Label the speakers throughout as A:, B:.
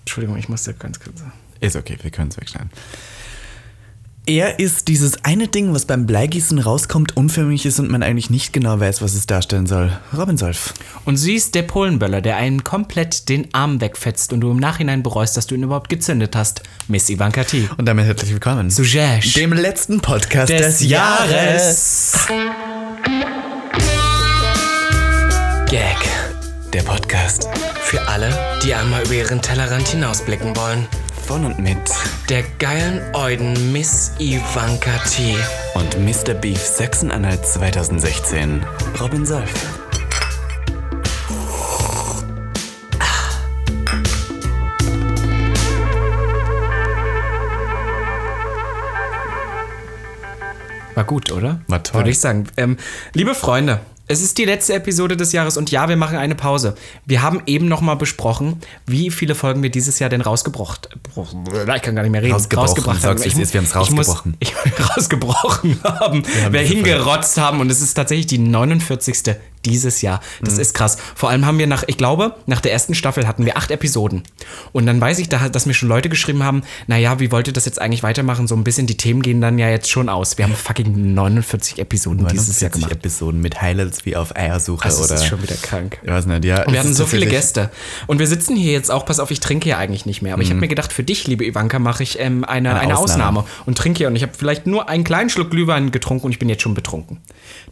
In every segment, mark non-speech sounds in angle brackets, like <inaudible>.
A: Entschuldigung, ich musste ganz kurz.
B: Ist okay, wir können es wegschneiden.
C: Er ist dieses eine Ding, was beim Bleigießen rauskommt, unförmig ist und man eigentlich nicht genau weiß, was es darstellen soll. Robin Solf.
A: Und sie ist der Polenböller, der einem komplett den Arm wegfetzt und du im Nachhinein bereust, dass du ihn überhaupt gezündet hast. Miss Ivanka T.
C: Und damit herzlich willkommen
A: Zu Jash.
C: dem letzten Podcast des,
D: Gag. Der Podcast. Für alle, die einmal über ihren Tellerrand hinausblicken wollen.
B: Von und mit
D: Der geilen Euden Miss Ivanka T.
B: und Mr. Beef Sachsen-Anhalt 2016. Robin Solf.
A: War gut, oder?
B: War toll.
A: Würde ich sagen. Ähm, liebe Freunde, es ist die letzte Episode des Jahres und ja, wir machen eine Pause. Wir haben eben nochmal besprochen, wie viele Folgen wir dieses Jahr denn rausgebracht Ich kann gar nicht mehr reden.
B: Rausgebrochen. Sag's, wie es
A: mu-
B: ist, wir haben's
A: ich muss-
B: rausgebrochen.
A: Ich <laughs> rausgebrochen haben. wir hingerotzt haben und es ist tatsächlich die 49. dieses Jahr. Das ist krass. Vor allem haben wir nach, ich glaube, nach der ersten Staffel hatten wir acht Episoden. Und dann weiß ich, da- dass mir schon Leute geschrieben haben, naja, wie wollt ihr das jetzt eigentlich weitermachen? So ein bisschen, die Themen gehen dann ja jetzt schon aus. Wir haben fucking 49 Episoden dieses Jahr
B: 49
A: gemacht.
B: Episoden mit Highlights wie auf Eiersuche
A: Also,
B: oder.
A: es ist schon wieder krank.
B: Ich weiß nicht, ja.
A: Und wir
B: es
A: hatten
B: ist
A: so viele
B: tatsächlich-
A: Gäste. Und wir sitzen hier jetzt auch, pass auf, ich trinke ja eigentlich nicht mehr. Aber ich habe mir gedacht, für dich, liebe Ivanka, mache ich ähm, eine, eine, Ausnahme.
B: Mhm. Ausnahme.
A: und trinke hier. Und ich habe vielleicht nur einen kleinen Schluck Glühwein getrunken und ich bin jetzt schon betrunken.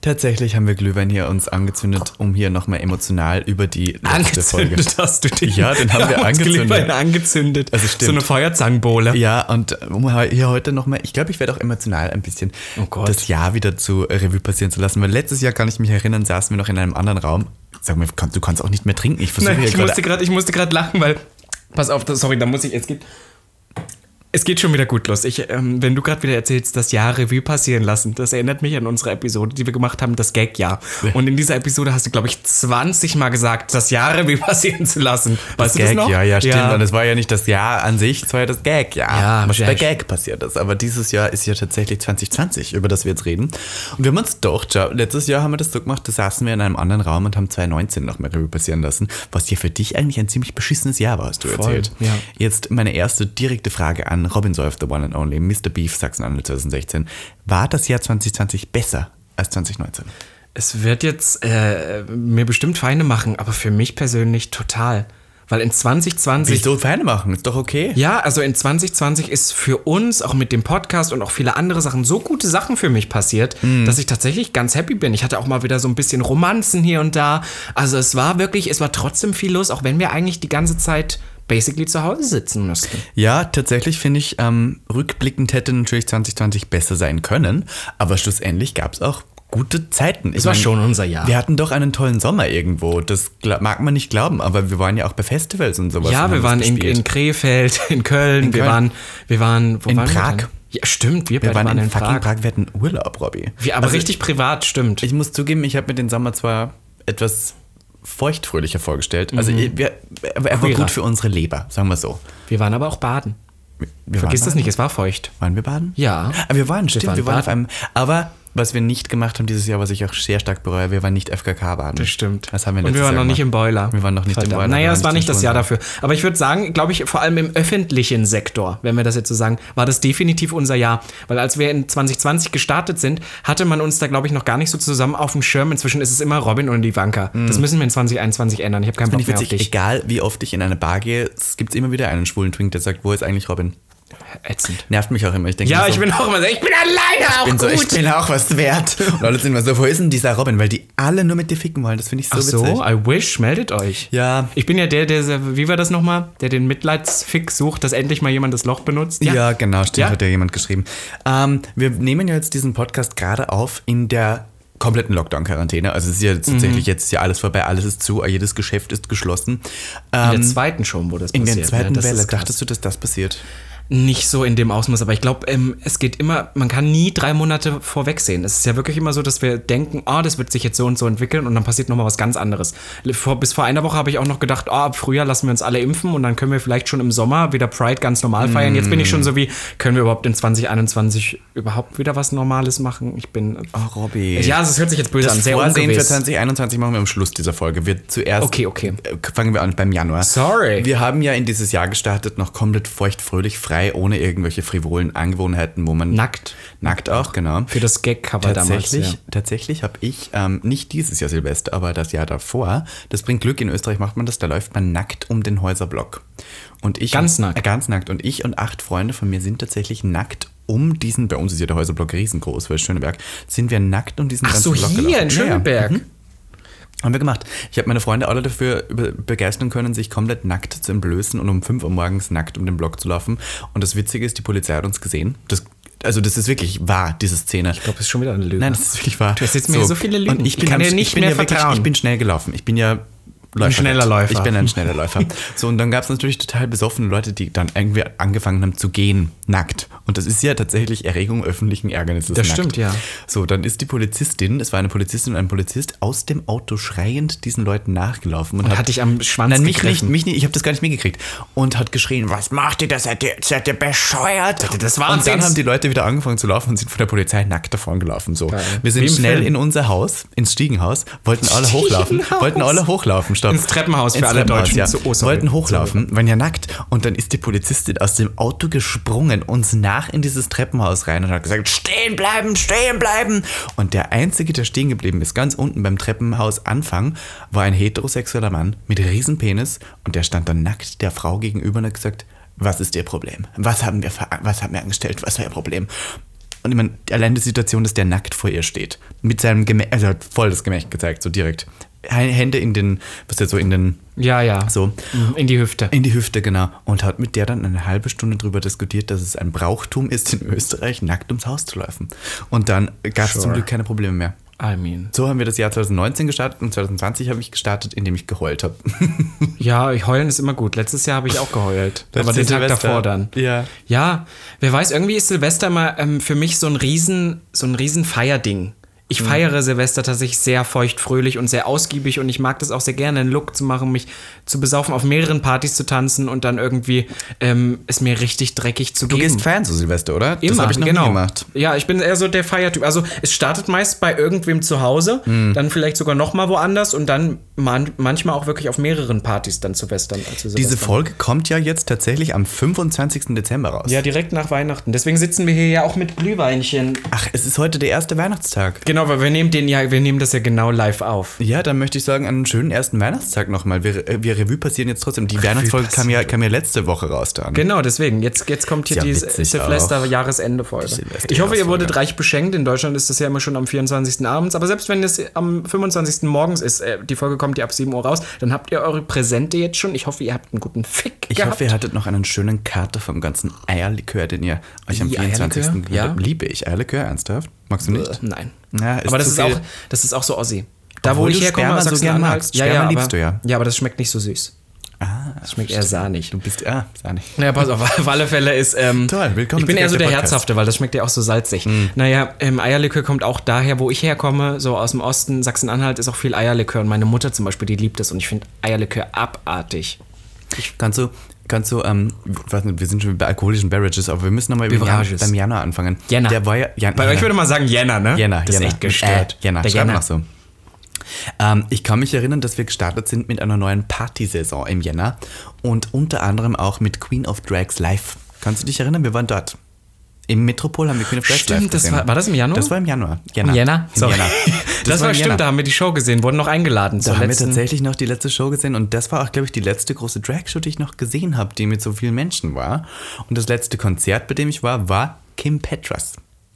B: Tatsächlich haben wir Glühwein hier uns angezündet, um hier nochmal emotional über die letzte Folge.
A: Angezündet hast du dich.
B: Ja, den
A: <laughs>
B: haben wir
A: uns
B: angezündet.
A: Glühwein angezündet.
B: Also
A: So
B: stimmt.
A: eine Feuerzangenbowle.
B: Ja, und um hier heute nochmal, ich glaube, ich werde auch emotional ein bisschen
A: Oh Gott.
B: das Jahr wieder zu äh, Revue passieren zu lassen, weil letztes Jahr, kann ich mich erinnern, saßen wir noch in einem anderen Raum. Sag mir, kann- du kannst auch nicht mehr trinken. Ich versuche
A: Nein,
B: hier
A: ich musste
B: gerade.
A: gerade, ich musste gerade lachen, weil. Pass auf, das- sorry, da muss ich. Es geht. Es geht schon wieder gut los. Ich, ähm, wenn du gerade wieder erzählst, das Jahr Revue passieren lassen, das erinnert mich an unsere Episode, die wir gemacht haben, das Gag-Jahr. Und in dieser Episode hast du, glaube ich, 20 Mal gesagt, das Jahr Revue <laughs> passieren zu lassen. Weißt du
B: Gag,
A: das noch?
B: ja, ja, stimmt. Und es war ja nicht das Jahr an sich, es war ja das Gag, ja.
A: Ja,
B: was
A: ja,
B: bei
A: ich-
B: Gag passiert ist. Aber dieses Jahr ist ja tatsächlich 2020, über das wir jetzt reden. Und wir haben uns doch, ja, letztes Jahr haben wir das so gemacht, da saßen wir in einem anderen Raum und haben 2019 noch mehr Revue passieren lassen, was ja für dich eigentlich ein ziemlich beschissenes Jahr war, hast du erzählt.
A: ja.
B: Jetzt meine erste direkte Frage an Robin Solf, the one and only, Mr. Beef, Sachsen-Anhalt 2016. War das Jahr 2020 besser als 2019?
A: Es wird jetzt äh, mir bestimmt Feinde machen, aber für mich persönlich total. Weil in 2020
B: Wieso Feine machen? Ist doch okay.
A: Ja, also in 2020 ist für uns auch mit dem Podcast und auch viele andere Sachen so gute Sachen für mich passiert,
B: Mhm.
A: dass ich tatsächlich ganz happy bin. Ich hatte auch mal wieder so ein bisschen Romanzen hier und da. Also es war wirklich, es war trotzdem viel los, auch wenn wir eigentlich die ganze Zeit basically zu Hause sitzen müssten.
B: Ja, tatsächlich finde ich, ähm, rückblickend hätte natürlich 2020 besser sein können, aber schlussendlich gab es auch gute Zeiten. Es
A: war schon unser Jahr.
B: Wir hatten doch einen tollen Sommer irgendwo, das gla- mag man nicht glauben, aber wir waren ja auch bei Festivals und sowas. und
A: ja,
B: haben
A: wir
B: das
A: waren in,
B: gespielt.
A: in Krefeld, in Köln, wir
B: Köln.
A: waren, wir waren, wo
B: In
A: waren wir
B: Prag.
A: denn? Ja, stimmt, wir,
B: wir
A: beide
B: waren in, fucking
A: Prag.
B: Prag. wir hatten Urlaub, Robby.
A: Wir, aber
B: Also,
A: richtig privat, stimmt.
B: Ich muss zugeben, ich habe mir den Sommer zwar etwas feuchtfröhlicher vorgestellt, also ich- wir, er war
A: Mhm. Queerer.
B: gut für unsere Leber, sagen wir so.
A: wir waren aber auch baden.
B: Wir
A: Vergiss
B: waren
A: das nicht, es war feucht.
B: Waren wir baden?
A: Ja.
B: Aber wir waren, stimmt, wir waren,
A: waren
B: auf einem. Aber was wir nicht gemacht haben dieses Jahr, was ich auch sehr stark bereue, wir waren nicht FKK baden.
A: Das stimmt.
B: Das haben wir
A: Und wir
B: letztes
A: waren
B: Jahr
A: noch nicht im
B: gemacht.
A: Boiler.
B: Wir waren noch nicht im
A: Verdammt.
B: Boiler. wir
A: Naja,
B: waren
A: es war nicht das
B: im
A: Jahr
B: Boiler.
A: dafür. Aber ich würde sagen, glaube ich, vor allem im öffentlichen Sektor, wenn wir das jetzt so sagen, war das definitiv unser Jahr. Weil als wir in 2020 gestartet sind, hatte man uns da, glaube ich, noch gar nicht so zusammen auf dem Schirm. Inzwischen ist es immer Robin und Ivanka. Das müssen wir in 2021 ändern. Ich habe keinen
B: Mhm.
A: Bock
B: Finde ich
A: mehr auf
B: witzig,
A: dich.
B: egal wie oft ich in eine Bar gehe, es gibt immer wieder einen schwulen Twink, der sagt, wo ist eigentlich Robin?
A: Ätzend.
B: Nervt mich auch immer. Ich denke
A: Ja,
B: mir
A: ich
B: so,
A: bin auch immer so, ich bin alleine auch
B: bin so, ich
A: gut.
B: bin auch
A: <laughs>
B: was wert. Und alle sind immer so, wo ist denn dieser Robin? Weil die alle nur mit dir ficken wollen. Das finde ich so
A: Ach so,
B: witzig.
A: I wish, meldet euch.
B: Ja.
A: Ich bin ja der, der, wie war das nochmal? Der den Mitleidsfick sucht, dass endlich mal jemand das Loch benutzt.
B: Ja, genau, stimmt,
A: Ja.
B: hat ja jemand geschrieben. Ähm, wir nehmen ja jetzt diesen Podcast gerade auf in der kompletten Lockdown-Quarantäne. Also es ist ja
A: Mhm.
B: jetzt tatsächlich, jetzt ist ja alles vorbei, alles ist zu, jedes Geschäft ist geschlossen. Ähm,
A: In der zweiten schon, wo das
B: in
A: passiert.
B: der zweiten
A: ne? Das
B: Welle,
A: ist krass.
B: dachtest du, dass das passiert?
A: Nicht so in dem Ausmaß, aber ich glaube, ähm, es geht immer, man kann nie drei Monate vorwegsehen. Es ist ja wirklich immer so, dass wir denken, ah, das wird sich jetzt so und so entwickeln und dann passiert nochmal was ganz anderes. Vor, bis vor einer Woche habe ich auch noch gedacht, ah, ab Frühjahr lassen wir uns alle impfen und dann können wir vielleicht schon im Sommer wieder Pride ganz normal feiern. Jetzt bin ich
B: Mm.
A: schon so wie, können wir überhaupt in 2021 überhaupt wieder was Normales machen? Ich bin.
B: Oh, Robby.
A: ja, es hört sich jetzt böse an.
B: das
A: Sehr
B: Vorsehen für
A: ungewiss.
B: 2021 machen wir am Schluss dieser Folge. Wir zuerst.
A: Okay, okay.
B: äh, Fangen wir an beim Januar.
A: Sorry.
B: Wir haben ja in dieses Jahr gestartet, noch komplett feuchtfröhlich, frei, ohne irgendwelche frivolen Angewohnheiten, wo man.
A: Nackt.
B: Nackt auch, genau.
A: Für das Gag-Cover damals.
B: Tatsächlich,
A: Ja.
B: tatsächlich habe ich ähm, nicht dieses Jahr Silvester, aber das Jahr davor. Das bringt Glück. In Österreich macht man das. Da läuft man nackt um den Häuserblock. Und ich
A: Ganz nackt?
B: Äh, ganz nackt. Und ich und acht Freunde von mir sind tatsächlich nackt um diesen. Bei uns ist ja der Häuserblock riesengroß, weil Schöneberg. Sind wir nackt um diesen
A: Ach so,
B: Block
A: hier in
B: gelaufen. Ja, Mhm. ja.
A: Schöneberg.
B: Haben wir gemacht. Ich habe meine Freunde alle dafür über- begeistern können, sich komplett nackt zu entblößen und um 5 Uhr morgens nackt um den Block zu laufen. Und das Witzige ist, die Polizei hat uns gesehen. Das, also das ist wirklich wahr, diese Szene. Ich
A: glaube, das ist schon wieder eine Lüge.
B: Nein, das ist wirklich wahr. Du
A: erzählst mir so viele Lügen.
B: Und ich,
A: Ich
B: bin
A: kann
B: am-
A: dir nicht
B: ich bin
A: mehr
B: ja wirklich,
A: vertrauen.
B: Ich bin schnell gelaufen. Ich bin ja... Läufer.
A: schneller Läufer.
B: Ich bin ein schneller Läufer.
A: <laughs>
B: so, und dann gab es natürlich total besoffene Leute, die dann irgendwie angefangen haben zu gehen, nackt. Und das ist ja tatsächlich Erregung öffentlichen Ärgernisses.
A: Das
B: nackt.
A: stimmt, ja.
B: So, dann ist die Polizistin, es war eine Polizistin und ein Polizist, aus dem Auto schreiend diesen Leuten nachgelaufen. Und,
A: Und hat dich am Schwanz
B: Nein, mich
A: gegriffen.
B: nicht, mich nicht, ich habe das gar nicht mitgekriegt. Und hat geschrien, was macht ihr das? Seid ihr, seid ihr bescheuert?
A: das
B: und dann
A: Wahnsinns.
B: haben die Leute wieder angefangen zu laufen und sind von der Polizei nackt davon gelaufen. So. Wir
A: Wie
B: sind
A: im
B: schnell
A: Film.
B: in unser Haus, ins Stiegenhaausen, wollten alle
A: Stiegenhaus.
B: hochlaufen, wollten alle hochlaufen, stopp.
A: Ins Treppenhaus für alle Deutschen. So, oh, sorry.
B: wollten hochlaufen, waren ja nackt. Und dann ist die Polizistin aus dem Auto gesprungen, uns nach in dieses Treppenhaus rein und hat gesagt, stehen bleiben, stehen bleiben. Und der Einzige, der stehen geblieben ist, ganz unten beim Treppenhaus Anfang, war ein heterosexueller Mann mit Riesenpenis und der stand dann nackt der Frau gegenüber und hat gesagt, was ist ihr Problem? Was haben wir, ver- was haben wir angestellt? Was war ihr Problem? Und ich meine, allein die Situation, dass der nackt vor ihr steht. Mit seinem Gemächt, also er hat voll das Gemächt gezeigt, so direkt. Hände in den, was jetzt so in den
A: Ja, ja.
B: So.
A: Mhm, In die Hüfte.
B: in die Hüfte, genau. Und hat mit der dann eine halbe Stunde drüber diskutiert, dass es ein Brauchtum ist, in Österreich nackt ums Haus zu laufen. Und dann gab es
A: Sure.
B: zum Glück keine Probleme mehr.
A: I mean.
B: So haben wir das Jahr 2019 gestartet und 2020 habe ich gestartet, indem ich
A: <laughs>
B: geheult habe.
A: Ja, ich- heulen ist immer gut. Letztes Jahr habe ich auch geheult.
B: Das
A: aber den
B: ist
A: Tag
B: Silvester.
A: davor dann.
B: Ja.
A: Ja, wer weiß, irgendwie ist Silvester immer ähm, für mich so ein riesen, so ein riesen Feierding. Ich
B: Mhm.
A: feiere Silvester tatsächlich sehr feuchtfröhlich und sehr ausgiebig und ich mag das auch sehr gerne, einen Look zu machen, mich zu besaufen, auf mehreren Partys zu tanzen und dann irgendwie ähm, es mir richtig dreckig zu
B: Du
A: geben.
B: gehst feiern zu Silvester, oder?
A: Immer,
B: das habe ich noch
A: genau.
B: nie gemacht.
A: Ja, ich bin eher so der Feiertyp. Also es startet meist bei irgendwem zu Hause,
B: Hm.
A: dann vielleicht sogar noch mal woanders und dann man manchmal auch wirklich auf mehreren Partys dann zu Western. äh, zu
B: Diese
A: Silvestern.
B: Folge kommt ja jetzt tatsächlich am 25. Dezember raus.
A: Ja, direkt nach Weihnachten. Deswegen sitzen wir hier ja auch mit Glühweinchen.
B: Ach, es ist heute der erste Weihnachtstag.
A: Genau, weil wir nehmen den ja, wir nehmen das ja genau live auf.
B: Ja, dann möchte ich sagen, einen schönen ersten Weihnachtstag nochmal. Wir, äh, wir Revue passieren jetzt trotzdem. Die Weihnachtsfolge kam ja, kam ja letzte Woche raus dann.
A: Genau, deswegen. Jetzt, jetzt kommt hier
B: Ist ja
A: die
B: witzig
A: Silvester-Jahresende-Folge.
B: Silvester-
A: Ich hoffe, ihr wurdet
B: Jahresfolge.
A: reich beschenkt. In Deutschland ist das ja immer schon am 24. abends. Aber selbst wenn es am 25. morgens ist, äh, die Folge kommt ja ab 7 Uhr raus, dann habt ihr eure Präsente jetzt schon. Ich hoffe, ihr habt einen guten Fick
B: Ich
A: gehabt.
B: hoffe, ihr hattet noch einen schönen Kater vom ganzen Eierlikör, den ihr euch am
A: Wie,
B: 24.
A: Eierlikör?
B: gegeben habt.
A: Ja.
B: Liebe ich Eierlikör, ernsthaft? Magst du nicht?
A: Nein.
B: Ja, ist
A: aber das
B: zu
A: ist,
B: viel.
A: auch, das ist auch so Ossi. Da, wo
B: Obwohl
A: ich
B: du
A: herkomme,
B: Sperma
A: aus
B: so gern
A: Sachsen-Anhalt-
B: magst. Sperma
A: aber,
B: liebst du ja.
A: halt, Ja, aber das schmeckt nicht so süß.
B: Ah,
A: Das schmeckt eher sahnig.
B: du bist, ah, sah nicht.
A: Naja, pass auf, <laughs> auf alle Fälle ist. Ähm,
B: Toll, willkommen
A: Ich bin
B: zurück
A: eher so der
B: auf der Podcast. Hm.
A: Herzhafte, weil das schmeckt ja auch so salzig. Naja, ähm, Eierlikör kommt auch daher, wo ich herkomme, so aus dem Osten. Sachsen-Anhalt ist auch viel Eierlikör und meine Mutter zum Beispiel, die liebt das und ich finde Eierlikör abartig.
B: Kannst du, kannst du, ähm, weiß nicht, wir sind schon bei alkoholischen Beverages, aber wir müssen nochmal über
A: Beverages.
B: Jan, beim Jana anfangen.
A: Jänner.
B: Der war ja, Jan,
A: Bei euch würde man sagen Jänner, ne?
B: Jänner,
A: das
B: Jänner.
A: ist echt gestört.
B: Äh, Jänner,
A: der
B: schreib
A: Jänner.
B: noch so. Ähm, ich kann mich erinnern, dass wir gestartet sind mit einer neuen Partysaison im Jänner und unter anderem auch mit Queen of Drags live. Kannst du dich erinnern? Wir waren dort. Im Metropol haben wir Queen of Drags
A: Stimmt,
B: live
A: das
B: gesehen.
A: war- war das im Januar?
B: Das war im Januar. Jänner.
A: Im Jänner?
B: Im
A: Sorry.
B: Jänner.
A: <laughs> Das, war
B: im Jänner.
A: stimmt, da haben wir die Show gesehen, wurden noch eingeladen.
B: Da
A: zur
B: haben wir
A: letzten-
B: tatsächlich noch die letzte Show gesehen und das war auch, glaube ich, die letzte große Drag-Show, die ich noch gesehen habe, die mit so vielen Menschen war. Und das letzte Konzert, bei dem ich war, war Kim Petras.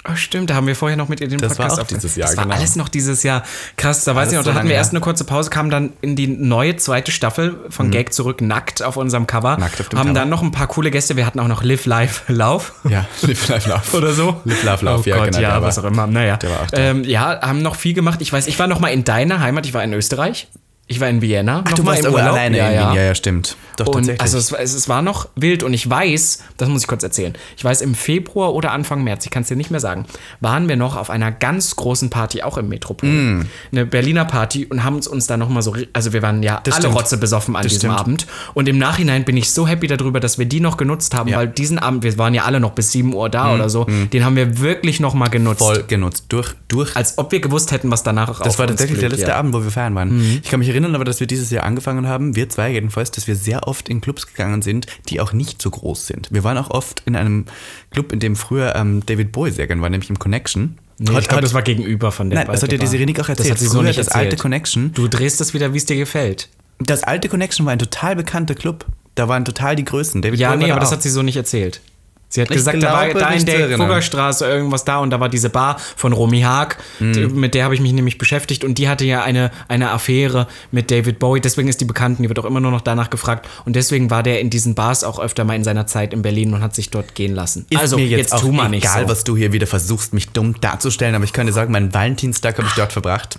A: Oh, stimmt, da haben wir vorher noch mit ihr den
B: Das war
A: Podcast
B: auch
A: aufgenommen.
B: dieses Jahr,
A: Das war
B: genau.
A: alles noch dieses Jahr. Krass, da weiß
B: Alles
A: ich noch,
B: so
A: da hatten
B: lange
A: wir
B: her. Mhm.
A: erst eine kurze Pause, kamen dann in die neue zweite Staffel von Gag zurück, nackt auf unserem Cover.
B: Nackt auf dem
A: haben
B: Cover.
A: dann noch ein paar coole Gäste. Wir hatten auch noch Live Live <laughs> Lauf.
B: Ja, <laughs> Live Live Love.
A: Oder so.
B: Live Live Love,
A: oh
B: ja,
A: Gott,
B: genau.
A: Ja,
B: der
A: was auch
B: war-
A: immer. Naja.
B: Der war auch da.
A: ähm, ja, haben noch viel gemacht. Ich weiß, ich war noch mal in deiner Heimat. Ich war in Österreich. Ich war in Vienna. Ach,
B: Du warst aber alleine
A: ja,
B: in Wien.
A: ja.
B: Ja, ja, stimmt. Doch,
A: und
B: tatsächlich.
A: also es, war- es, es war noch wild und ich weiß, das muss ich kurz erzählen. Ich weiß, im Februar oder Anfang März, ich kann es dir nicht mehr sagen, waren wir noch auf einer ganz großen Party, auch im Metropol.
B: Mm.
A: Eine Berliner Party und haben uns da nochmal so, ri- also wir waren ja alle
B: stimmt.
A: Rotze besoffen an diesem
B: stimmt.
A: Abend. Und im Nachhinein bin ich so happy darüber, dass wir die noch genutzt haben, weil diesen Abend, wir waren ja alle noch bis 7 Uhr da oder so, den haben wir wirklich nochmal genutzt.
B: Mm, voll genutzt. Durch, durch.
A: Als ob wir gewusst hätten, was danach auch
B: das war tatsächlich der letzte
A: Also ja. Mhm.
B: Abend, wo wir feiern waren. Ich kann mich erinnern, aber dass wir dieses Jahr angefangen haben, wir zwei jedenfalls, dass wir sehr oft in Clubs gegangen sind, die auch nicht so groß sind. Wir waren auch oft in einem Club, in dem früher ähm, David Bowie sehr gern war, nämlich im Connection.
A: Nee,
B: Hat-
A: ich glaube,
B: hat-
A: das war gegenüber von der
B: Nein, das hat ja die
A: Bar.
B: Sirenik auch erzählt.
A: Das hat sie so
B: Früher
A: nicht
B: das
A: erzählt.
B: alte Connection.
A: Du drehst das wieder, wie es dir gefällt.
B: Das alte Connection war ein total bekannter Club. Da waren total die Größen. David
A: Ja,
B: Bowie
A: nee,
B: war
A: aber
B: da
A: das
B: auch.
A: hat sie so nicht erzählt. Sie hat
B: Ich
A: gesagt, da war
B: glaube,
A: da in
B: nicht zu
A: der
B: erinnern.
A: Fuggerstraße irgendwas da und da war diese Bar von Romy Haag,
B: Hm.
A: die, mit der habe ich mich nämlich beschäftigt und die hatte ja eine, eine Affäre mit David Bowie, deswegen ist die bekannt, und die wird auch immer nur noch danach gefragt und deswegen war der in diesen Bars auch öfter mal in seiner Zeit in Berlin und hat sich dort gehen lassen.
B: Ist
A: also,
B: mir
A: jetzt,
B: auch
A: tu mal nicht
B: egal,
A: so.
B: was du hier wieder versuchst, mich dumm darzustellen, aber ich kann dir sagen, meinen Valentinstag
A: Ah.
B: habe ich dort verbracht.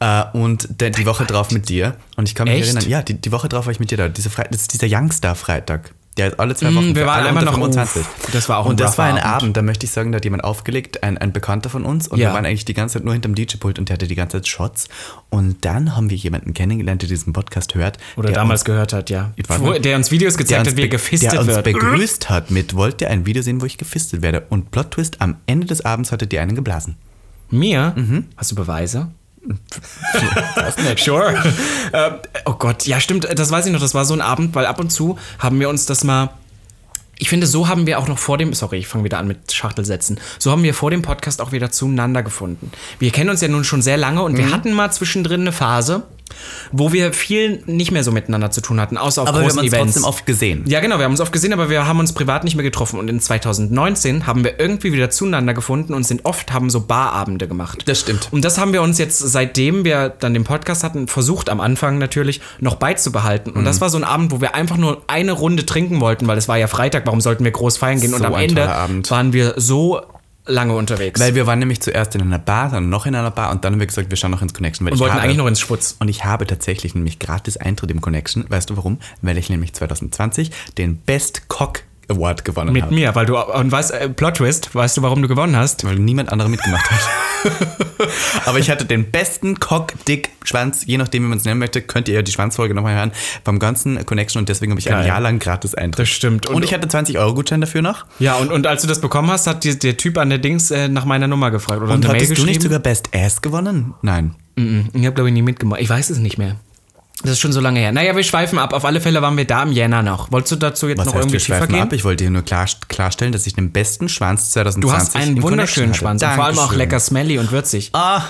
B: Äh, und der, die Woche drauf mit dir. Und ich kann mich
A: Echt?
B: erinnern, ja, die, die Woche drauf war ich mit dir da. Diese Fre das ist dieser Youngstar-Freitag. Der ist alle zwei
A: Mm,
B: Wochen.
A: wir
B: für
A: waren
B: alle
A: einmal
B: unter
A: noch im
B: 25.
A: Uff. Das war auch ein
B: Und das
A: rougher
B: war ein
A: Abend.
B: Abend. da möchte ich sagen, da hat jemand aufgelegt, ein, ein Bekannter von uns. Und
A: Ja.
B: wir waren eigentlich die ganze Zeit nur hinterm DJ-Pult und der hatte die ganze Zeit Shots. Und dann haben wir jemanden kennengelernt, der diesen Podcast hört.
A: Oder
B: der
A: damals
B: uns-
A: gehört hat, ja.
B: Warte
A: Wo-
B: mal.
A: Der uns Videos
B: der
A: gezeigt
B: uns,
A: hat, wie er
B: be- der
A: gefistet
B: uns
A: wird.
B: begrüßt hat mit, wollt ihr ein Video sehen, wo ich gefistet werde? Und Plot Twist, am Ende des Abends hattet ihr einen geblasen.
A: Mir?
B: Mhm.
A: Hast du
B: <laughs>
A: Beweise? sure. äh, oh Gott, ja stimmt, das weiß ich noch, das war so ein Abend, weil ab und zu haben wir uns das mal ich finde, so haben wir auch noch vor dem, sorry, ich fange wieder an mit Schachtelsätzen, so haben wir vor dem Podcast auch wieder zueinander gefunden. Wir kennen uns ja nun schon sehr lange und wir
B: Mhm.
A: hatten mal zwischendrin eine Phase, wo wir viel nicht mehr so miteinander zu tun hatten, außer auf
B: Aber wir
A: großen
B: haben uns
A: Events.
B: trotzdem oft gesehen.
A: Ja, genau, wir haben uns oft gesehen, aber wir haben uns privat nicht mehr getroffen. Und in 2019 haben wir irgendwie wieder zueinander gefunden und sind oft, haben so Barabende gemacht.
B: Das stimmt.
A: Und das haben wir uns jetzt, seitdem wir dann den Podcast hatten, versucht am Anfang natürlich noch beizubehalten. Und das
B: Mhm.
A: war so ein Abend, wo wir einfach nur eine Runde trinken wollten, weil es war ja Freitag, warum sollten wir groß feiern gehen? und
B: So
A: am
B: ein
A: Ende
B: toller Abend.
A: waren wir so lange unterwegs.
B: Weil wir waren nämlich zuerst in einer Bar, dann noch in einer Bar und dann haben wir gesagt, wir schauen noch ins Connection. Weil
A: und
B: ich
A: wollten
B: habe-
A: eigentlich noch ins Schwutz.
B: Und ich habe tatsächlich nämlich gratis Eintritt im Connection. Weißt du warum? Weil ich nämlich 2020 den Best Cock Award gewonnen
A: Mit
B: habe.
A: mir, weil du, und weißt, äh, Plot Twist, weißt du, warum du gewonnen hast?
B: Weil niemand anderer mitgemacht
A: <laughs>
B: hat. Aber ich hatte den besten Cock, Dick, Schwanz, je nachdem, wie man es nennen möchte, könnt ihr ja die Schwanzfolge nochmal hören, beim ganzen Connection und deswegen habe ich
A: Geil.
B: ein Jahr lang gratis Eintritt.
A: Das stimmt.
B: Und,
A: Und-
B: ich hatte 20 Euro Gutschein dafür noch.
A: Ja, und, und als du das bekommen hast, hat dir der Typ an der Dings äh, nach meiner Nummer gefragt oder
B: Und
A: eine Mail
B: hattest du
A: geschrieben.
B: nicht sogar Best Ass gewonnen? Nein.
A: Ich habe, glaube ich, nie mitgemacht. Ich weiß es nicht mehr. Das ist schon so lange her. Naja, wir schweifen ab. Auf alle Fälle waren wir da im Jänner noch. Wolltest du dazu jetzt
B: Was
A: noch
B: heißt,
A: irgendwie
B: wir
A: tiefer
B: schweifen
A: gehen?
B: ab? Ich wollte dir nur klar, klarstellen, dass ich den besten Schwanz 2020
A: Du hast einen
B: im
A: wunderschönen
B: Connection hatte.
A: Schwanz. Und vor allem auch
B: Dankeschön.
A: lecker smelly und würzig.
B: Ah,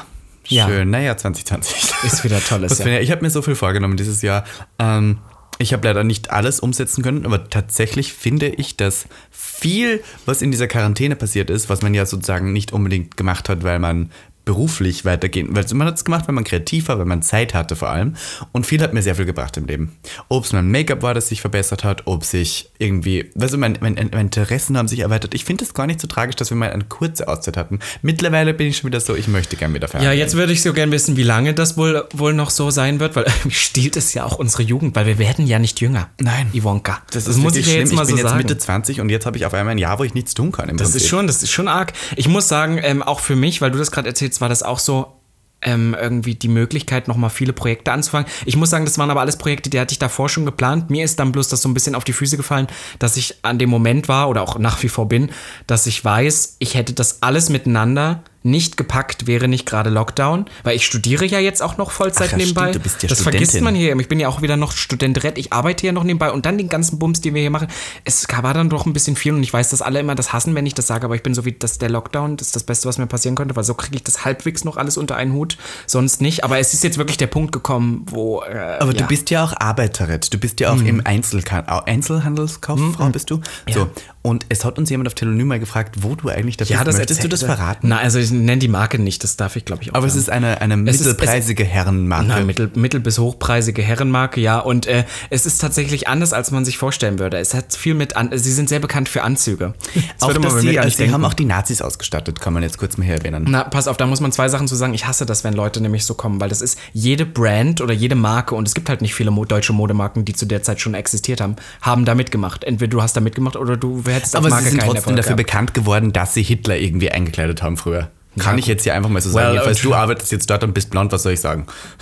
A: Ja.
B: schön. Naja, 2020.
A: Ist wieder toll, ist
B: <laughs> Was
A: ja.
B: bin ich ich habe mir so viel vorgenommen dieses Jahr. Ähm, ich habe leider nicht alles umsetzen können, aber tatsächlich finde ich, dass viel, was in dieser Quarantäne passiert ist, was man ja sozusagen nicht unbedingt gemacht hat, weil man beruflich weitergehen, weil man hat es gemacht, weil man kreativ war, weil man Zeit hatte vor allem. Und viel hat mir sehr viel gebracht im Leben. Ob es mein Make-up war, das sich verbessert hat, ob sich irgendwie, also mein, mein, mein Interessen haben sich erweitert. Ich finde es gar nicht so tragisch, dass wir mal eine kurze Auszeit hatten. Mittlerweile bin ich schon wieder so, ich möchte gern wieder feiern.
A: Ja, jetzt würde ich so gern wissen, wie lange das wohl, wohl noch so sein wird, weil <laughs> irgendwie stiehlt es ja auch unsere Jugend, weil wir werden ja nicht jünger.
B: Nein.
A: Ivanka.
B: Das,
A: muss
B: ist
A: ich ja
B: wirklich schlimm.
A: jetzt mal
B: ich bin
A: so
B: jetzt
A: sagen.
B: Mitte 20 und jetzt habe ich auf einmal ein Jahr, wo ich nichts tun kann. Im
A: Das ist schon, das ist schon arg. Ich muss sagen, ähm, auch für mich, weil du das gerade erzählst, war das auch so ähm, irgendwie die Möglichkeit, nochmal viele Projekte anzufangen. Ich muss sagen, das waren aber alles Projekte, die hatte ich davor schon geplant. Mir ist dann bloß das so ein bisschen auf die Füße gefallen, dass ich an dem Moment war oder auch nach wie vor bin, dass ich weiß, ich hätte das alles miteinander nicht gepackt, wäre nicht gerade Lockdown, weil ich studiere ja jetzt auch noch Vollzeit
B: Ach ja,
A: nebenbei.
B: stimmt, du bist ja
A: das vergisst
B: Studentin.
A: man hier. Ich bin ja auch wieder noch Studentrett. Ich arbeite ja noch nebenbei und dann den ganzen Bums, den wir hier machen. Es war dann doch ein bisschen viel und ich weiß, dass alle immer das hassen, wenn ich das sage, aber ich bin so wie, dass der Lockdown das ist das Beste, was mir passieren konnte, weil so kriege ich das halbwegs noch alles unter einen Hut, sonst nicht. Aber es ist jetzt wirklich der Punkt gekommen, wo. Äh,
B: Aber
A: ja.
B: du bist Mhm. ja auch Arbeiterin. Du bist ja auch im Einzelka Einzelhandelskauffrau, bist du? So. Und es hat uns jemand auf Telonym mal gefragt, wo du eigentlich da bist.
A: das
B: Möchtest du das
A: erzählte-
B: verraten?
A: Na, also ich nenne die Marke nicht, das darf ich, glaube ich, auch
B: Aber es
A: sagen.
B: ist eine, eine
A: Es ist- es-
B: mittelpreisige Herrenmarke.
A: Na, mittel, mittel- bis hochpreisige Herrenmarke, ja. Und äh, es ist tatsächlich anders, als man sich vorstellen würde. Es hat viel mit an Sie sind sehr bekannt für Anzüge. Das
B: auch,
A: würde man
B: dass
A: bei mir
B: sie,
A: gar nicht
B: also sie
A: denken.
B: haben auch die Nazis ausgestattet, kann man jetzt kurz mal hier erwähnen.
A: Na, pass auf, da muss man zwei Sachen zu sagen. Ich hasse das, wenn Leute nämlich so kommen, weil das ist jede Brand oder jede Marke und es gibt halt nicht viele Mo deutsche Modemarken, die zu der Zeit schon existiert haben, haben da mitgemacht. Entweder du hast da mitgemacht oder du hättest als
B: Aber sie sind
A: keinen
B: trotzdem
A: Erfolg gehabt.
B: dafür bekannt geworden, dass sie Hitler irgendwie eingekleidet haben früher. Kann ich jetzt hier einfach mal so
A: Well,
B: sagen. Jedenfalls,
A: und-
B: du arbeitest jetzt dort und bist blond, was soll ich sagen? <laughs>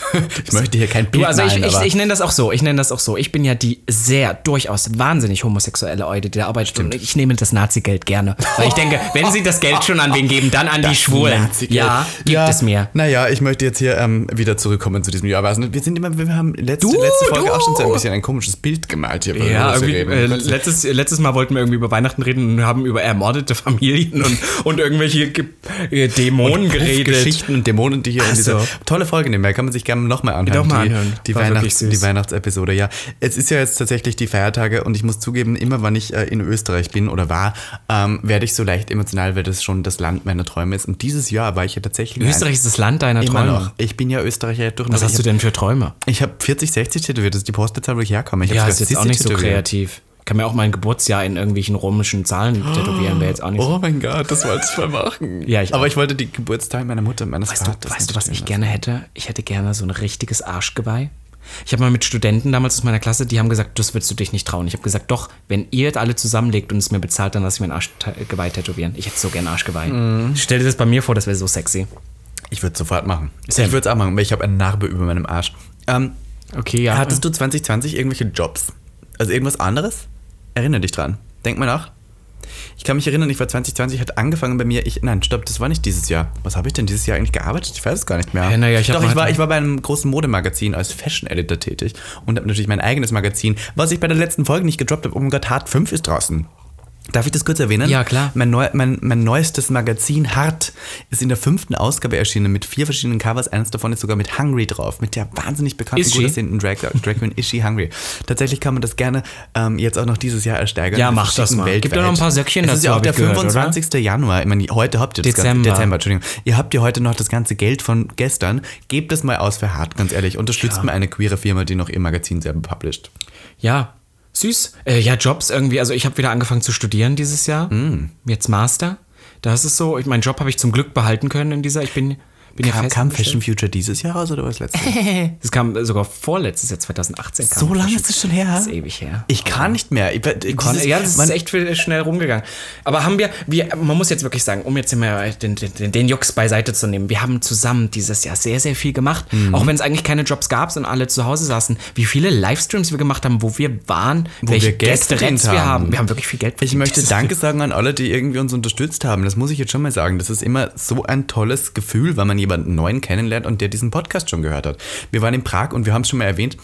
B: ich möchte hier kein Bild
A: Du, also ich,
B: malen,
A: ich,
B: aber
A: ich nenne das auch so. Ich nenne das auch so. Ich bin ja die sehr durchaus wahnsinnig homosexuelle Eude, die da arbeitet. Und ich nehme das Nazi-Geld gerne. Weil ich denke, wenn sie das Geld schon an wen geben, dann an die Schwulen.
B: Nazi-Geld.
A: Ja, gibt es mir.
B: Naja, ich möchte jetzt hier ähm, wieder zurückkommen zu diesem Jahr. Also, wir sind immer, wir haben letzte,
A: Du,
B: letzte Folge
A: du.
B: auch schon so ein bisschen ein komisches Bild gemalt hier. worüber
A: Ja,
B: wir
A: irgendwie,
B: reden.
A: äh,
B: Gott sei-
A: letztes, letztes Mal wollten wir irgendwie über Weihnachten reden und haben über ermordete <laughs> Familien und, und irgendwelche Ge äh, Dämonen geredet.
B: Geschichten und Dämonen, die hier in dieser
A: so.
B: tolle Folge nehmen. Kann man sich gerne nochmal anhören.
A: Noch mal
B: die,
A: anhören.
B: Die,
A: War wirklich
B: Weihnachts-,
A: süß.
B: die Weihnachtsepisode, ja. Es ist ja jetzt tatsächlich die Feiertage und ich muss zugeben, immer wenn ich äh, in Österreich bin oder war, ähm, werde ich so leicht emotional, weil das schon das Land meiner Träume ist. Und dieses Jahr war ich ja tatsächlich.
A: Österreich ist das Land deiner
B: immer
A: Träume.
B: noch. Ich bin ja Österreicher durch und
A: Was
B: durch.
A: hast du denn für Träume?
B: Ich habe 40, 60 tätowiert. Das ist die Postleitzahl, wo ich herkomme. Ich
A: Ja,
B: habe
A: ist jetzt auch nicht so kreativ. Ich kann mir auch mein Geburtsjahr in irgendwelchen römischen Zahlen tätowieren, wäre jetzt auch nicht so.
B: Oh mein Gott, das wollte
A: <laughs>
B: ich mal machen.
A: Ja, ich
B: Aber
A: auch.
B: ich wollte die Geburtstage meiner Mutter und meines
A: Weißt du,
B: Vaters.
A: weißt du, was ich
B: natürlich.
A: gerne hätte? Ich hätte gerne so ein richtiges Arschgeweih. Ich habe mal mit Studenten damals aus meiner Klasse, die haben gesagt, das willst du dich nicht trauen. Ich habe gesagt, doch, wenn ihr jetzt alle zusammenlegt und es mir bezahlt, dann lasse ich mir ein Arschgeweih tätowieren. Ich hätte so gerne Arschgeweih.
B: Mhm.
A: Stell dir das bei mir vor, das wäre so sexy.
B: Ich würde es sofort machen.
A: Sam.
B: Ich würde es auch machen, weil ich habe eine Narbe über meinem Arsch. Ähm,
A: Okay, ja.
B: Hattest du 2020 irgendwelche Jobs? Also irgendwas anderes? Erinnere dich dran. Denk mal nach. Ich kann mich erinnern, ich war 2020, hat angefangen bei mir. Ich, nein, stopp, das war nicht dieses Jahr. Was habe ich denn dieses Jahr eigentlich gearbeitet? Ich weiß es gar nicht mehr.
A: Ja, na ja, ich hab
B: Doch,
A: mal- halt
B: ich war, ich war bei einem großen Modemagazin als Fashion Editor tätig und habe natürlich mein eigenes Magazin, was ich bei der letzten Folge nicht gedroppt habe. Oh mein Gott, Hart 5 ist draußen. Darf ich das kurz erwähnen?
A: Ja, klar.
B: Mein, neu, mein, mein neuestes Magazin Hart ist in der fünften Ausgabe erschienen mit vier verschiedenen Covers. Eines davon ist sogar mit Hungry drauf, mit der wahnsinnig bekannten,
A: Ist
B: gut
A: sie?
B: aussehenden Drag, Drag Queen Ishi Hungry. Tatsächlich kann man das gerne ähm, jetzt auch noch dieses Jahr ersteigern.
A: Ja,
B: Wir
A: mach das
B: verschicken
A: mal. Gib doch noch ein paar Söckchen
B: es ist
A: dazu,
B: ja auch
A: hab
B: der
A: ich gehört,
B: 25. Januar. Ich meine, heute habt ihr das
A: Dezember.
B: Ganze. Dezember, Entschuldigung. Ihr habt ja heute noch das ganze Geld von gestern. Gebt es mal aus für Hart, ganz ehrlich. Unterstützt mal eine queere Firma, die noch ihr Magazin selber publisht.
A: Ja, süß. Äh, ja, Jobs irgendwie. Also ich habe wieder angefangen zu studieren dieses Jahr.
B: Mhm.
A: Jetzt Master. Das ist so. Ich, meinen Job habe ich zum Glück behalten können in dieser. Ich bin, bin ja
B: Kam,
A: fest.
B: kam Fashion Future dieses Jahr raus oder was letztes Jahr?
A: <laughs> Das kam äh, sogar vorletztes Jahr 2018. Kam
B: So lange ist es schon her?
A: Das ist ewig her.
B: Ich kann nicht mehr. Ah. Ich, ich,
A: Kon-
B: dieses,
A: ja, das
B: man-
A: ist echt viel, schnell rumgegangen. Aber haben wir, wir, man muss jetzt wirklich sagen, um jetzt immer den, den, den- den Jux beiseite zu nehmen, wir haben zusammen dieses Jahr sehr, sehr viel gemacht.
B: Mhm.
A: Auch wenn es eigentlich keine Jobs gab und alle zu Hause saßen, wie viele Livestreams wir gemacht haben, wo wir waren, welche
B: wir Geld
A: Gäste-Rents
B: verdient
A: wir
B: haben.
A: haben. Wir haben wirklich viel Geld
B: Ich
A: verdient.
B: möchte
A: Das-
B: Danke sagen an alle, die irgendwie uns unterstützt haben. Das muss ich jetzt schon mal sagen. Das ist immer so ein tolles Gefühl, wenn man jemanden neuen kennenlernt und der diesen Podcast schon gehört hat. Wir waren in Prag und wir haben es schon mal erwähnt.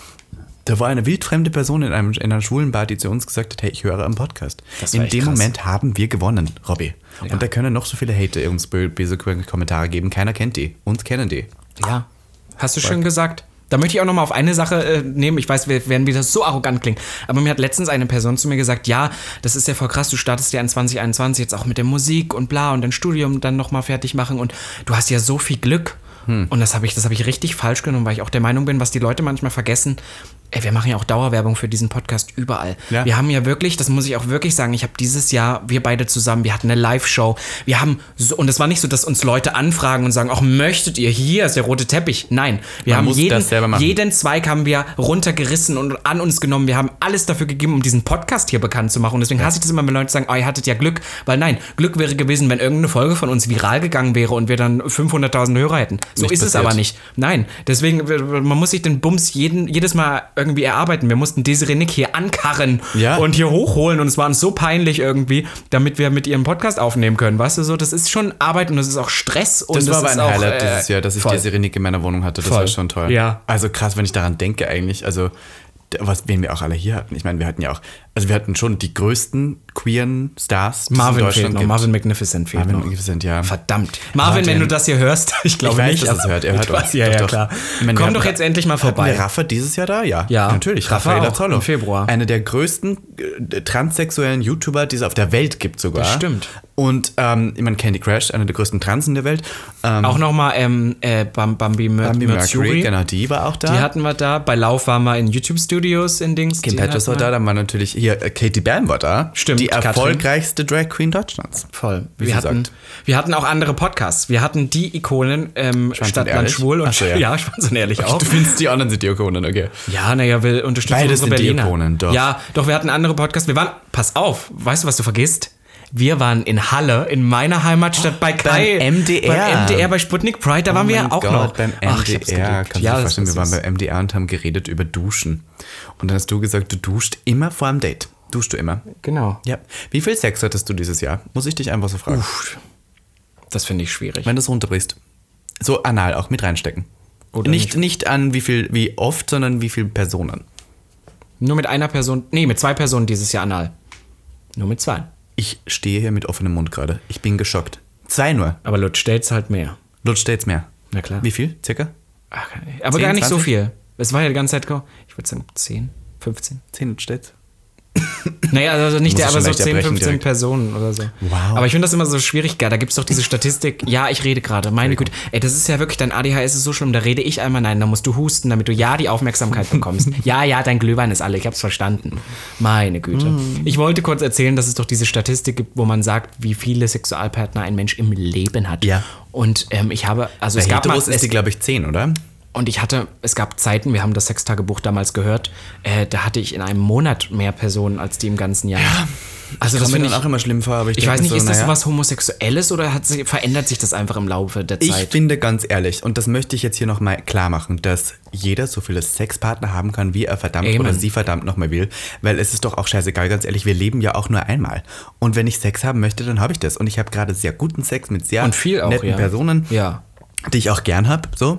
B: Da war eine wildfremde Person in, einem, in einer schwulen Bar, die zu uns gesagt hat, hey, ich höre am Podcast.
A: Das war
B: In
A: echt
B: dem
A: krass.
B: Moment haben wir gewonnen, Robby. Und da können noch so viele Hater uns bö- böse Kommentare geben. Keiner kennt die. Uns kennen die.
A: Ja, hast du schön gesagt. Da möchte ich auch nochmal auf eine Sache äh, nehmen. Ich weiß, wir werden wieder so arrogant klingen. Aber mir hat letztens eine Person zu mir gesagt, ja, das ist ja voll krass, du startest ja in 2021 jetzt auch mit der Musik und bla und dein Studium dann nochmal fertig machen und du hast ja so viel Glück. Und das habe ich, das habe ich richtig falsch genommen, weil ich auch der Meinung bin, was die Leute manchmal vergessen, ey, wir machen ja auch Dauerwerbung für diesen Podcast überall.
B: Ja.
A: Wir haben ja wirklich, das muss ich auch wirklich sagen, ich habe dieses Jahr, wir beide zusammen, wir hatten eine Live-Show. Wir haben, so, und es war nicht so, dass uns Leute anfragen und sagen, ach, möchtet ihr, hier ist der rote Teppich. Nein, wir
B: Man
A: haben
B: muss
A: jeden,
B: das selber machen.
A: jeden Zweig haben wir runtergerissen und an uns genommen. Wir haben alles dafür gegeben, um diesen Podcast hier bekannt zu machen. Und deswegen hasse ich das immer, wenn Leute sagen, oh, ihr hattet ja Glück. Weil nein, Glück wäre gewesen, wenn irgendeine Folge von uns viral gegangen wäre und wir dann 500.000 Hörer hätten. So
B: Nicht
A: ist es
B: passiert.
A: aber nicht nicht. Nein, deswegen, wir- wir- man muss sich den Bums jeden, jedes Mal irgendwie erarbeiten. Wir mussten Desiree Nick hier ankarren
B: Ja.
A: und hier hochholen und es war uns so peinlich irgendwie, damit wir mit ihrem Podcast aufnehmen können. Weißt du so, das ist schon Arbeit und das ist auch Stress. Und
B: Das, war aber ein
A: ist auch,
B: Highlight
A: äh,
B: dieses Jahr, dass ich
A: voll.
B: die Serenik in meiner Wohnung hatte. Das
A: Voll.
B: war schon toll.
A: Ja.
B: Also krass, wenn ich daran denke eigentlich. Also was, wen wir auch alle hier hatten. Ich meine, wir hatten ja auch, also wir hatten schon die größten queeren Stars, die es in
A: Marvin fehlt
B: Deutschland
A: noch,
B: gibt.
A: Marvin Magnificent fehlt
B: Marvin
A: noch.
B: Magnificent, ja.
A: Verdammt. Marvin, wenn du das hier hörst, <laughs> ich glaube
B: Ich weiß,
A: nicht.
B: dass
A: aber-
B: es hört. Er
A: <laughs>
B: hört
A: Ich weiß,
B: uns.
A: Ja,
B: Doch,
A: ja,
B: doch.
A: klar.
B: Ich meine, wir
A: Komm
B: hatten-
A: doch jetzt endlich mal vorbei.
B: Hatten wir Rafa dieses Jahr da? Ja.
A: Ja.
B: Natürlich.
A: Rafa
B: Raffaella
A: auch,
B: Zollo.
A: im Februar.
B: Einer der größten äh, transsexuellen YouTuber, die es auf der Welt gibt sogar.
A: Das stimmt.
B: Und ähm, ich meine, Candy Crash, einer der größten Transen der Welt. Ähm,
A: Auch nochmal ähm, äh, Bam- Bambi, Mer
B: Bambi Mercury,
A: Mercury.
B: genau, die war auch da.
A: Die hatten wir da. Bei Lauf waren wir in YouTube Studios in Dings.
B: Kim
A: Die
B: Petras war
A: hatten wir-
B: da, dann war natürlich hier äh, Katie Bam war da.
A: Stimmt,
B: Die
A: Katrin.
B: erfolgreichste Drag Queen Deutschlands.
A: Voll. wir,
B: Wie sie
A: hatten,
B: sagt.
A: wir hatten auch andere Podcasts. Wir hatten die Ikonen ähm,
B: und
A: Stadtland
B: Ehrlich?
A: Schwul und
B: Ach so,
A: <laughs>
B: ja.
A: ja, Schwanz und ehrlich auch.
B: <laughs> Du findest die anderen sind Diakonen, okay.
A: Ja, naja, wir unterstützen
B: Beides
A: unsere
B: sind
A: Berliner.
B: Diakonen, doch.
A: Ja, doch, wir hatten andere Podcasts. Wir waren, pass auf, weißt du, was du vergisst? Wir waren in Halle, in meiner
B: Oh,
A: Heimatstadt, bei Kai.
B: MDR.
A: Beim MDR, bei Sputnik Pride, da waren wir ja auch noch.
B: Oh beim MDR.
A: Ach, ich hab's geliebt.
B: Kannst du
A: ja, das
B: dir vorstellen, wir
A: ist
B: waren
A: süß.
B: beim MDR und haben geredet über Duschen. Und dann hast du gesagt, du duscht immer vor dem Date. Duschst du immer?
A: Genau.
B: Ja. Wie viel Sex hattest du dieses Jahr? Muss ich dich einfach so fragen.
A: Das finde ich schwierig.
B: Wenn du es runterbrichst. So anal auch mit reinstecken.
A: Oder
B: nicht, nicht an wie viel, wie oft, sondern wie viele Personen.
A: Nur mit einer Person, nee, mit zwei Personen dieses Jahr anal. Nur mit zwei.
B: Ich stehe hier mit offenem Mund gerade. Ich bin geschockt. Zwei nur.
A: Aber Lutz stellt's halt mehr.
B: Lutz steht's mehr.
A: Na klar.
B: Wie viel? Circa?
A: Ach, keine Ahnung. aber
B: 10,
A: gar nicht so
B: 20?
A: viel. Es war ja die ganze Zeit, ko- ich würde sagen, 10, 15.
B: Zehn Lutz steht's.
A: Naja, also nicht
B: Muss
A: der, aber
B: es schon
A: so
B: leicht
A: 10,
B: erbrechen
A: 15
B: direkt.
A: Personen oder so.
B: Wow.
A: Aber ich finde das immer so schwierig, da gibt es doch diese Statistik, ja, ich rede gerade, meine Güte, ey, das ist ja wirklich, dein ADHS ist so schlimm, da rede ich einmal, nein, da musst du husten, damit du ja die Aufmerksamkeit
B: <laughs>
A: bekommst. ja, ja, dein Glühwein ist alle, ich hab's verstanden. Meine Güte.
B: Mm.
A: Ich wollte kurz erzählen, dass es doch diese Statistik gibt, wo man sagt, wie viele Sexualpartner ein Mensch im Leben hat.
B: Ja.
A: Und ähm, ich habe, also es
B: Bei
A: gab mal,
B: Heteros ist die, glaube ich, zehn, oder?
A: und ich hatte, es gab Zeiten, wir haben das Sextagebuch damals gehört, äh, da hatte ich in einem Monat mehr Personen als die im ganzen Jahr. also das
B: Kommt mir
A: finde ich,
B: dann auch immer schlimm vor, aber ich,
A: ich
B: denk
A: weiß
B: mir
A: nicht,
B: so,
A: ist das
B: naja.
A: was Homosexuelles oder hat sie, verändert sich das einfach im Laufe der
B: Ich
A: Zeit?
B: finde ganz ehrlich, und das möchte ich jetzt hier nochmal klar machen, dass jeder so viele Sexpartner haben kann, wie er verdammt
A: Ey,
B: oder
A: Mann.
B: sie verdammt nochmal will. Weil es ist doch auch scheißegal, ganz ehrlich, wir leben ja auch nur einmal. Und wenn ich Sex haben möchte, dann habe ich das. Und ich habe gerade sehr guten Sex mit sehr
A: Und viel auch,
B: netten
A: ja.
B: Personen,
A: Ja.
B: die ich auch gern habe. So.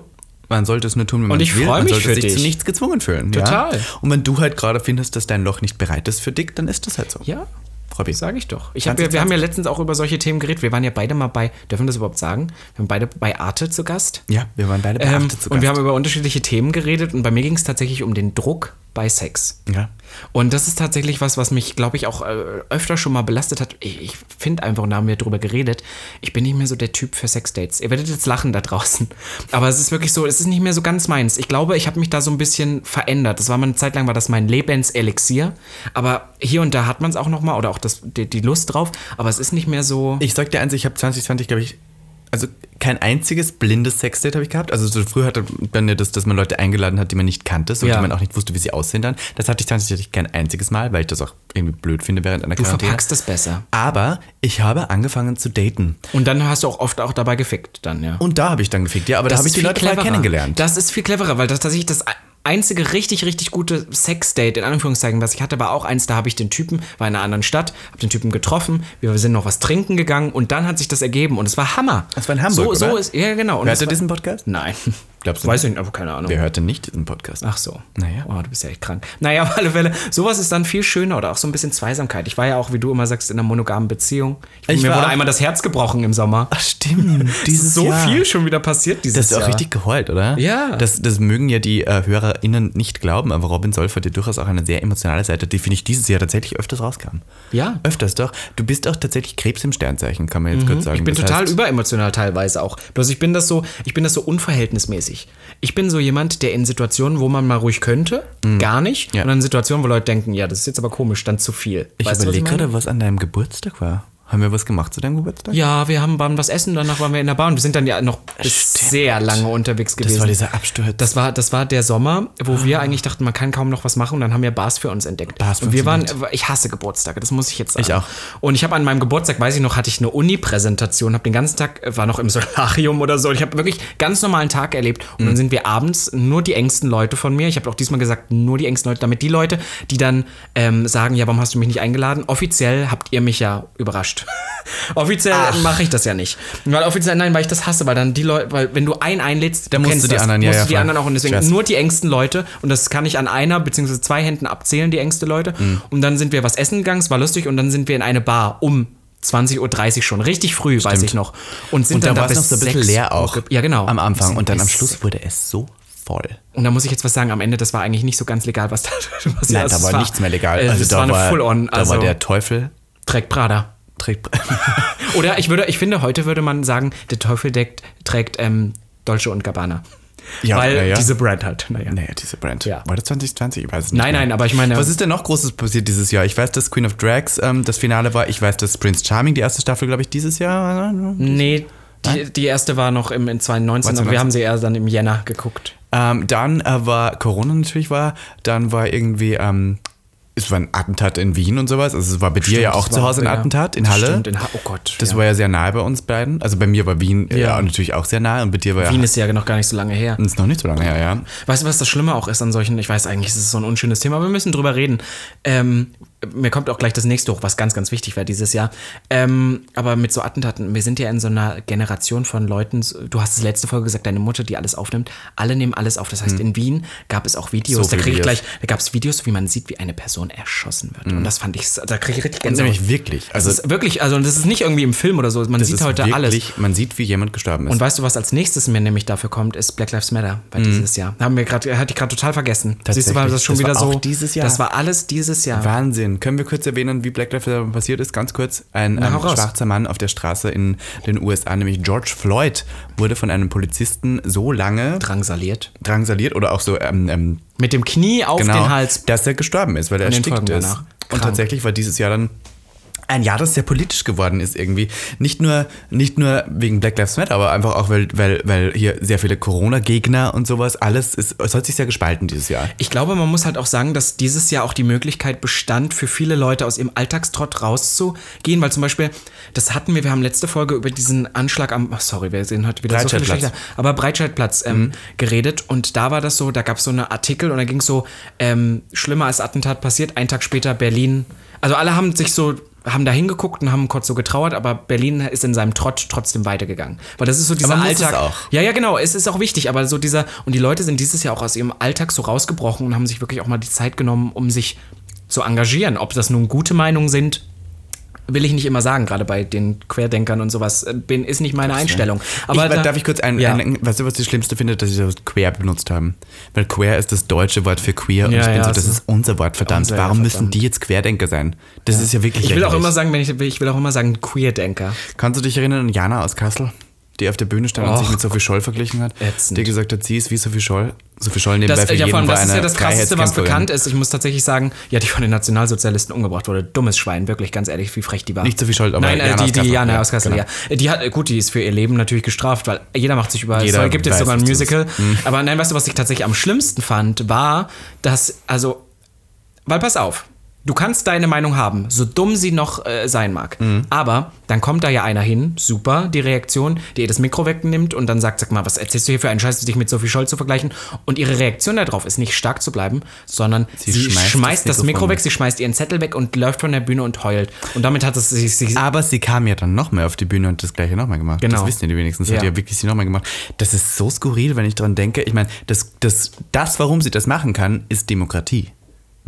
B: Man sollte es nur tun, wenn man
A: ich
B: will.
A: freu
B: Man
A: mich
B: sollte
A: für
B: sich zu
A: dich.
B: nichts gezwungen fühlen.
A: Total.
B: Ja? Und wenn du halt gerade findest, dass dein Loch nicht bereit ist für dich, dann ist das halt so.
A: Ja.
B: Robby.
A: Sage ich doch. Ich hab ja, wir haben ja letztens auch über solche Themen geredet. Wir waren ja beide mal bei, dürfen wir das überhaupt sagen? Wir waren beide bei Arte zu Gast.
B: Ja, wir waren beide bei
A: Ähm,
B: Arte zu
A: und wir haben
B: Gast.
A: über unterschiedliche Themen geredet und bei mir ging es tatsächlich um den Druck bei Sex.
B: Ja.
A: Und das ist tatsächlich was, was mich, glaube ich, auch äh, öfter schon mal belastet hat. Ich, ich finde einfach, und da haben wir drüber geredet, ich bin nicht mehr so der Typ für Sexdates. Ihr werdet jetzt lachen da draußen. <laughs> Aber es ist wirklich so, es ist nicht mehr so ganz meins. Ich glaube, ich habe mich da so ein bisschen verändert. Das war mal eine Zeit lang, war das mein Lebenselixier. Aber hier und da hat man es auch nochmal oder auch das, die, die Lust drauf. Aber es ist nicht mehr so.
B: Ich sag dir eins, ich habe 2020, glaube ich, also kein einziges blindes Sexdate habe ich gehabt. Also so früher hatte man ja das, dass man Leute eingeladen hat, die man nicht kannte, so
A: Ja.
B: die man auch nicht wusste, wie sie aussehen dann. Das hatte ich 2020 kein einziges Mal, weil ich das auch irgendwie blöd finde während einer
A: du
B: Quarantäne.
A: verpackst es besser.
B: Aber ich habe angefangen zu daten.
A: Und dann hast du auch oft auch dabei gefickt dann, ja.
B: Und da habe ich dann gefickt, ja, aber da habe ich
A: ist
B: die
A: viel
B: Leute mal kennengelernt.
A: Das ist viel cleverer, weil das tatsächlich das einzige richtig, richtig gute Sexdate, in Anführungszeichen, was ich hatte, war auch eins, da habe ich den Typen, war in einer anderen Stadt, habe den Typen getroffen, wir sind noch was trinken gegangen und dann hat sich das ergeben und es war Hammer.
B: Das war in Hamburg,
A: So, so
B: oder?
A: ist, ja genau. Und
B: Hört
A: es
B: ihr
A: war-
B: diesen Podcast?
A: Nein.
B: <laughs> Glaubst du
A: Weiß
B: nicht?
A: ich nicht, aber keine Ahnung.
B: Wer hörte nicht diesen Podcast?
A: Ach so.
B: Naja.
A: Oh, du bist ja echt krank. Naja, auf alle Fälle. Sowas ist dann viel schöner oder auch so ein bisschen Zweisamkeit. Ich war ja auch, wie du immer sagst, in einer monogamen Beziehung.
B: Ich
A: mir
B: war
A: wurde
B: auch-
A: einmal das Herz gebrochen im Sommer.
B: Ach <laughs> stimmt, dieses
A: so
B: Jahr.
A: viel schon wieder passiert dieses
B: Das ist
A: Jahr.
B: auch richtig geheult, oder?
A: Ja.
B: Das, das mögen ja die äh, HörerInnen nicht glauben, aber Robin Solf hat ja durchaus auch eine sehr emotionale Seite, die finde ich dieses Jahr tatsächlich öfters rauskam.
A: Ja. Mhm.
B: Öfters doch. Du bist auch tatsächlich Krebs im Sternzeichen, kann man jetzt kurz sagen.
A: Ich bin
B: Das
A: total
B: heißt,
A: überemotional teilweise auch. Bloß ich bin das so, ich bin das so unverhältnismäßig. Ich bin so jemand, der in Situationen, wo man mal ruhig könnte, gar nicht.
B: Mhm. Ja.
A: Und dann in Situationen, wo Leute denken, ja, das ist jetzt aber komisch, dann zu viel.
B: Ich
A: Weißt du, was
B: überlege
A: meine?
B: gerade, was an deinem Geburtstag war. Haben wir was gemacht zu deinem Geburtstag?
A: Ja, wir haben waren was essen, danach waren wir in der Bar und wir sind dann ja noch bis
B: Stimmt.
A: sehr lange unterwegs gewesen.
B: war dieser Absturz.
A: Das war, das war der Sommer, wo wir eigentlich dachten, man kann kaum noch was machen und dann haben wir Bars für uns entdeckt.
B: Ah. Bars für
A: und
B: uns
A: wir waren, ich hasse Geburtstage, das muss ich jetzt sagen.
B: Ich auch.
A: Und ich habe an meinem Geburtstag, weiß ich noch, hatte ich eine Uni-Präsentation, habe den ganzen Tag, äh, war noch im Solarium oder so. Ich habe wirklich ganz normalen Tag erlebt und
B: Mhm.
A: dann sind wir abends nur die engsten Leute von mir. Ich habe auch diesmal gesagt, nur die engsten Leute, damit die Leute, die dann ähm, sagen, ja, warum hast du mich nicht eingeladen? Offiziell habt ihr mich ja überrascht. <laughs> wurscht. Offiziell mache ich das ja nicht. Weil offiziell, nein, weil ich das hasse, weil dann die Leute, weil wenn du einen einlädst,
B: Dann musst
A: kennst
B: du die
A: das,
B: anderen, ja,
A: musst
B: ja,
A: du die
B: voll.
A: anderen auch. Und deswegen
B: Scheiße.
A: nur die engsten Leute, und das kann ich an einer bzw. zwei Händen abzählen, die engste Leute.
B: Mhm.
A: Und dann sind wir was essen gegangen, es war lustig, und dann sind wir in eine Bar um 20.30 Uhr schon, richtig früh, weiß ich noch. Und sind
B: Und
A: dann
B: da
A: da
B: war es
A: bis
B: noch so ein bisschen
A: sechs
B: leer
A: Uhr
B: auch.
A: ge- Ja, genau.
B: Am
A: Wir
B: Anfang.
A: sind
B: Und dann
A: bis
B: am
A: sechs-
B: Schluss wurde es so voll.
A: Und da muss ich jetzt was sagen, am Ende, das war eigentlich nicht so ganz legal, was da <laughs> was
B: Nein,
A: also
B: da
A: es
B: war, nichts mehr legal. Also
A: Äh, das
B: da
A: war eine Full-On. also-
B: Da war
A: <laughs>
B: der Teufel. Oh,
A: Dreck Prada.
B: Trägt,
A: <laughs> Oder ich würde, ich finde, heute würde man sagen, der Teufel deckt, trägt ähm, Dolce und Gabbana.
B: Ja,
A: Weil
B: na ja.
A: diese Brand halt. Naja.
B: naja, diese Brand.
A: Ja.
B: War das 2020? Ich weiß es nicht.
A: Nein,
B: mehr.
A: nein, aber ich meine-
B: Was ist denn noch Großes passiert dieses Jahr? Ich weiß, dass Queen of Drags ähm, das Finale war. Ich weiß, dass Prince Charming die erste Staffel, glaube ich, dieses Jahr.
A: Nee, die, die erste war noch im, in 2019, aber wir
B: 2019?
A: haben sie eher dann im Jänner geguckt.
B: Ähm, dann äh, war Corona natürlich war, dann war irgendwie, ähm, es war ein Attentat in Wien und sowas. Also es war bei dir ja
A: Stimmt,
B: auch
A: das
B: zu
A: war-
B: Hause ein
A: ja.
B: Attentat in
A: Das
B: Halle.
A: stimmt, in Ha- oh Gott,
B: Das
A: ja.
B: war ja sehr nahe bei uns beiden. Also bei mir war Wien ja,
A: Ja.
B: natürlich auch sehr nahe und bei dir war
A: Wien
B: ja.
A: ist ja noch gar nicht so lange her.
B: Das ist noch nicht so lange her, ja.
A: Weißt du, was das Schlimme auch ist an solchen, ich weiß eigentlich, es ist so ein unschönes Thema, aber wir müssen drüber reden. Ähm, mir kommt auch gleich das nächste hoch, was ganz, ganz wichtig war dieses Jahr. Ähm, aber mit so Attentaten, wir sind ja in so einer Generation von Leuten, so- du hast es letzte Folge gesagt, deine Mutter, die alles aufnimmt, alle nehmen alles auf. Das heißt, in Wien gab es auch Videos,
B: Hm. So
A: da kriege ich
B: Videos. Hm.
A: gleich, da gab es Videos, wie man sieht, wie eine Person erschossen wird. Und das fand ich, da kriege ich richtig
B: Und
A: Gänsehaut.
B: nämlich wirklich. Also
A: Das ist wirklich, also das ist nicht irgendwie im Film oder so, man
B: es
A: sieht
B: ist
A: heute
B: wirklich,
A: alles.
B: Man sieht, wie jemand gestorben ist.
A: Und weißt du, was als nächstes mir nämlich dafür kommt, ist Black Lives Matter bei dieses Jahr. Haben wir gerade, hatte ich gerade total vergessen. Siehst du, war das
B: Mhm. Tatsächlich.
A: schon
B: Das
A: wieder
B: war
A: so.
B: auch dieses Jahr.
A: Das war alles dieses Jahr.
B: Wahnsinn. Können wir kurz erwähnen, wie Black Lives Matter passiert ist? Ganz kurz. Ein ähm,
A: hau raus.
B: schwarzer Mann auf der Straße in den USA, nämlich George Floyd, wurde von einem Polizisten so lange
A: drangsaliert.
B: drangsaliert oder auch so ähm, ähm,
A: Mit dem Knie auf
B: genau,
A: den Hals.
B: dass er gestorben ist, weil er
A: Und den
B: erstickt
A: Folgen
B: ist.
A: danach.
B: Und
A: Krank.
B: tatsächlich war dieses Jahr dann ein Jahr, das sehr politisch geworden ist irgendwie. Nicht nur, nicht nur wegen Black Lives Matter, aber einfach auch, weil, weil, weil hier sehr viele Corona-Gegner und sowas, alles, ist, es hat sich sehr gespalten dieses Jahr.
A: Ich glaube, man muss halt auch sagen, dass dieses Jahr auch die Möglichkeit bestand, für viele Leute aus ihrem Alltagstrott rauszugehen, weil zum Beispiel, das hatten wir, wir haben letzte Folge über diesen Anschlag am, ach, sorry, wir sehen heute wieder so viele
B: Breitscheidplatz.
A: schlechter, aber Breitscheidplatz ähm, geredet und da war das so, da gab es so eine Artikel und da ging es so, ähm, schlimmer als Attentat passiert, einen Tag später Berlin. Also alle haben sich so haben da hingeguckt und haben kurz so getrauert, aber Berlin ist in seinem Trott trotzdem weitergegangen. Weil das ist so dieser
B: man muss es
A: Alltag.
B: auch.
A: Ja, ja, genau. Es ist auch wichtig, aber so dieser. Und die Leute sind dieses Jahr auch aus ihrem Alltag so rausgebrochen und haben sich wirklich auch mal die Zeit genommen, um sich zu engagieren. Ob das nun gute Meinungen sind, will ich nicht immer sagen. Gerade bei den Querdenkern und sowas äh, bin, ist nicht meine Einstellung. Aber
B: ne? ich,
A: da-
B: darf ich kurz ein,
A: Ja.
B: einlenken? Weißt du, was ich das Schlimmste finde? Dass sie das queer benutzt haben. Weil queer ist das deutsche Wort für queer. und
A: Ja,
B: ich bin
A: ja,
B: so, das
A: so.
B: ist unser Wort, verdammt.
A: Unser, ja,
B: Warum müssen
A: verdammt.
B: die jetzt Querdenker sein? Das ist ja wirklich
A: ich will auch
B: lächerlich.
A: immer sagen, wenn ich, ich will auch immer sagen, Queerdenker.
B: Kannst du dich erinnern an Jana aus Kassel? Die auf der Bühne stand und
A: Och
B: sich mit Sophie Scholl verglichen hat.
A: Ätzend.
B: Die gesagt hat, sie ist wie Sophie Scholl. Sophie Scholl nebenbei
A: Das,
B: für
A: ja,
B: jeden
A: vor allem,
B: war
A: das ist
B: eine
A: ja das Krasseste, was
B: Freiheitskämpferin.
A: bekannt ist. Ich muss tatsächlich sagen, ja, die von den Nationalsozialisten umgebracht wurde. Dummes Schwein, wirklich, ganz ehrlich, wie frech die war.
B: Nicht so viel Schuld, aber
A: Nein, äh,
B: Jana
A: die,
B: aus
A: die
B: Kassel.
A: Jana
B: Ja,
A: aus Kassel,
B: genau.
A: ja. Die hat, äh, gut, die ist für ihr Leben natürlich gestraft, weil jeder macht sich über,
B: Jeder
A: es gibt jetzt
B: weiß,
A: sogar ein
B: was das Hm.
A: Musical. Aber nein, weißt du, was ich tatsächlich am schlimmsten fand, war, dass, also, weil pass auf, du kannst deine Meinung haben, so dumm sie noch äh, sein mag. Aber dann kommt da ja einer hin, super, die Reaktion, der ihr das Mikro wegnimmt und dann sagt, sag mal, was erzählst du hier für einen Scheiß, dich mit Sophie Scholl zu vergleichen? Und ihre Reaktion darauf ist nicht stark zu bleiben, sondern sie, schmeißt, das, Mikro
B: Mikrofon
A: weg,
B: weg.
A: sie schmeißt ihren Zettel weg und läuft von der Bühne und heult. Und damit hat es sich, sich
B: Aber sie kam ja dann nochmal auf die Bühne und das gleiche nochmal gemacht.
A: Genau.
B: Das wissen ja die wenigsten. Das hat
A: Ja.
B: ja wirklich sie nochmal gemacht. Das ist so skurril, wenn ich dran denke. Ich meine, das, das, das, warum sie das machen kann, ist Demokratie.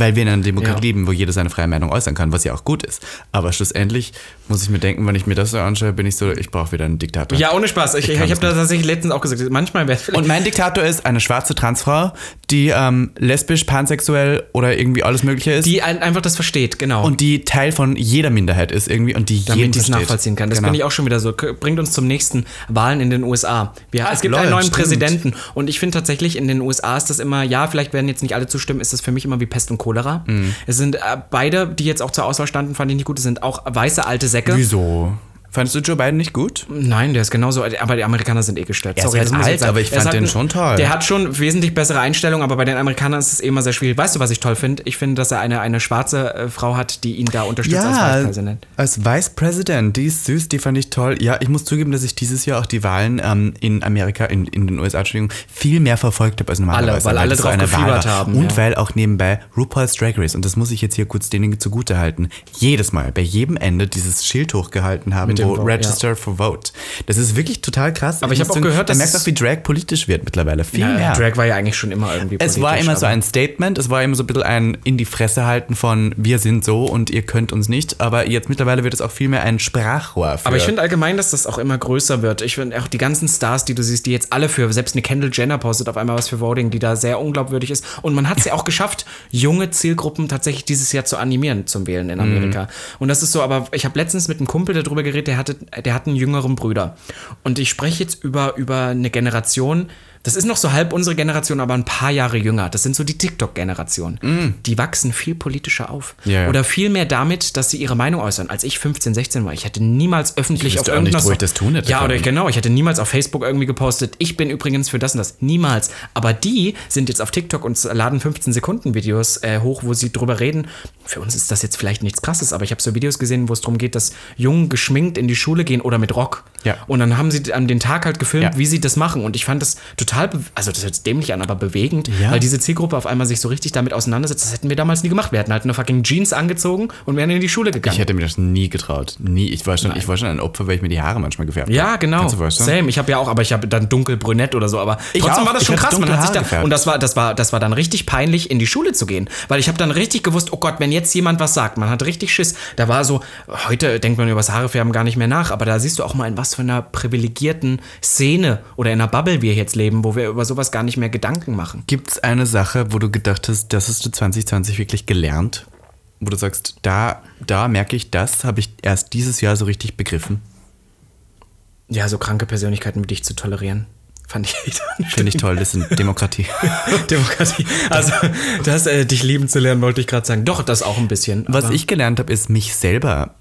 B: Weil wir in einer Demokratie
A: Ja.
B: leben, wo jeder seine freie Meinung äußern kann, was ja auch gut ist. Aber schlussendlich muss ich mir denken, wenn ich mir das so anschaue, bin ich so, ich brauche wieder einen Diktator.
A: ja, ohne Spaß. Ich, ich,
B: kann
A: ich habe
B: das
A: da tatsächlich letztens auch gesagt, manchmal wäre
B: Und mein Diktator ist eine schwarze Transfrau, die ähm, lesbisch, pansexuell oder irgendwie alles Mögliche ist.
A: die ein, einfach das versteht, genau.
B: und die Teil von jeder Minderheit ist irgendwie und die
A: damit
B: jeden
A: ich das
B: versteht.
A: nachvollziehen kann. Das
B: Genau.
A: bin ich auch schon wieder so. K- Bringt uns zum nächsten Wahlen in den USA. Wir, es gibt
B: lol,
A: einen neuen
B: stimmt.
A: Präsidenten und ich finde tatsächlich in den USA ist das immer, ja, vielleicht werden jetzt nicht alle zustimmen, ist das für mich immer wie Pest und Cholera.
B: Mhm.
A: Es sind äh, beide, die jetzt auch zur Auswahl standen, fand ich nicht gut, es sind auch weiße alte Säcke.
B: Wieso? Fandest du Joe Biden nicht gut?
A: Nein, der ist genauso, aber die Amerikaner sind eh gestört.
B: Er ist halt
A: das muss ich
B: alt,
A: sagen.
B: aber ich
A: Er
B: fand
A: sagt,
B: den schon toll.
A: Der hat schon wesentlich bessere Einstellungen, aber bei den Amerikanern ist es eh immer sehr schwierig. Weißt du, was ich toll finde? Ich finde, dass er eine, eine schwarze äh, Frau hat, die ihn da unterstützt als Vice President.
B: als Vice President, die ist süß, die fand ich toll. Ja, ich muss zugeben, dass ich dieses Jahr auch die Wahlen ähm, in Amerika, in, in den USA, Entschuldigung, viel mehr verfolgt habe als normalerweise.
A: Alle, weil alle
B: das so
A: drauf
B: eine Wahl
A: gefiebert
B: war.
A: haben,
B: Und
A: ja.
B: weil auch nebenbei RuPaul's Drag Race, und das muss ich jetzt hier kurz denen zugutehalten, jedes Mal, bei jedem Ende dieses Schild hochgehalten haben,
A: Mit dem
B: wo
A: Vote,
B: Register for Vote. Das ist wirklich total krass.
A: Aber ich
B: muss
A: hab auch
B: sagen,
A: gehört,
B: man
A: dass
B: merkt auch, wie Drag politisch wird mittlerweile. Viel
A: Ja,
B: mehr.
A: Äh, Drag war ja eigentlich schon immer irgendwie
B: Es war
A: politisch,
B: immer so
A: aber-
B: ein Statement, es war immer so ein bisschen ein in die Fresse halten von wir sind so und ihr könnt uns nicht, aber jetzt mittlerweile wird es auch viel mehr ein Sprachrohr für.
A: Aber ich finde allgemein, dass das auch immer größer wird. Ich finde auch die ganzen Stars, die du siehst, die jetzt alle für, selbst eine Kendall Jenner postet auf einmal was für Voting, die da sehr unglaubwürdig ist. Und man hat es ja auch geschafft, junge Zielgruppen tatsächlich dieses Jahr zu animieren zum Wählen in Amerika. Und das ist so, aber ich habe letztens mit einem Kumpel darüber geredet, der hatte, der hat einen jüngeren Bruder. Und ich spreche jetzt über, über eine Generation, das ist noch so halb unsere Generation, aber ein paar Jahre jünger. Das sind so die TikTok-Generation. Die wachsen viel politischer auf.
B: Ja, ja.
A: Oder viel mehr damit, dass sie ihre Meinung äußern. Als ich 15, 16 war, ich hätte niemals öffentlich
B: Ich
A: auf
B: wüsste auch nicht,
A: irgendwas.
B: wo ich das tun hätte
A: ja, oder
B: können.
A: genau. Ich hätte niemals auf Facebook irgendwie gepostet, ich bin übrigens für das und das. Niemals. Aber die sind jetzt auf TikTok und laden 15 Sekunden Videos äh, hoch, wo sie drüber reden. Für uns ist das jetzt vielleicht nichts Krasses, aber ich habe so Videos gesehen, wo es darum geht, dass Jungen geschminkt in die Schule gehen oder mit Rock.
B: Ja.
A: Und dann haben sie an den Tag halt gefilmt,
B: Ja.
A: wie sie das machen. Und ich fand das total, be- also das hört sich dämlich an, aber bewegend,
B: Ja.
A: weil diese Zielgruppe auf einmal sich so richtig damit auseinandersetzt. Das hätten wir damals nie gemacht. Wir hätten halt eine fucking Jeans angezogen und wären in die Schule gegangen.
B: ich hätte mir das nie getraut. Nie. Ich war schon, ich war schon ein Opfer, weil ich mir die Haare manchmal gefärbt habe.
A: Ja, genau.
B: Kannst du vorstellen?
A: Same. Ich habe ja auch, aber ich habe dann dunkelbrünett oder so. Aber
B: Ich
A: trotzdem
B: auch.
A: war das
B: Ich
A: schon
B: hab
A: krass. Man
B: dunkle
A: hat sich
B: Haare
A: da,
B: gefärbt.
A: und das war, das war, das war dann richtig peinlich, in die Schule zu gehen, weil ich habe dann richtig gewusst, oh Gott, wenn jetzt jemand was sagt, man hat richtig Schiss. Da war so, heute denkt man über das Haarefärben gar nicht mehr nach, aber da siehst du auch mal in was für einer privilegierten Szene oder in einer Bubble wir jetzt leben, wo wir über sowas gar nicht mehr Gedanken machen.
B: Gibt es eine Sache, wo du gedacht hast, das hast du 2020 wirklich gelernt? Wo du sagst, da, da merke ich, das habe ich erst dieses Jahr so richtig begriffen.
A: Ja, so kranke Persönlichkeiten wie dich zu tolerieren, fand ich <laughs> dann
B: Finde ich toll,
A: <laughs>
B: das ist Demokratie.
A: Demokratie. Also, das, äh, dich lieben zu lernen, wollte ich gerade sagen. Doch, das auch ein bisschen.
B: Was
A: aber-
B: ich gelernt habe, ist, mich selber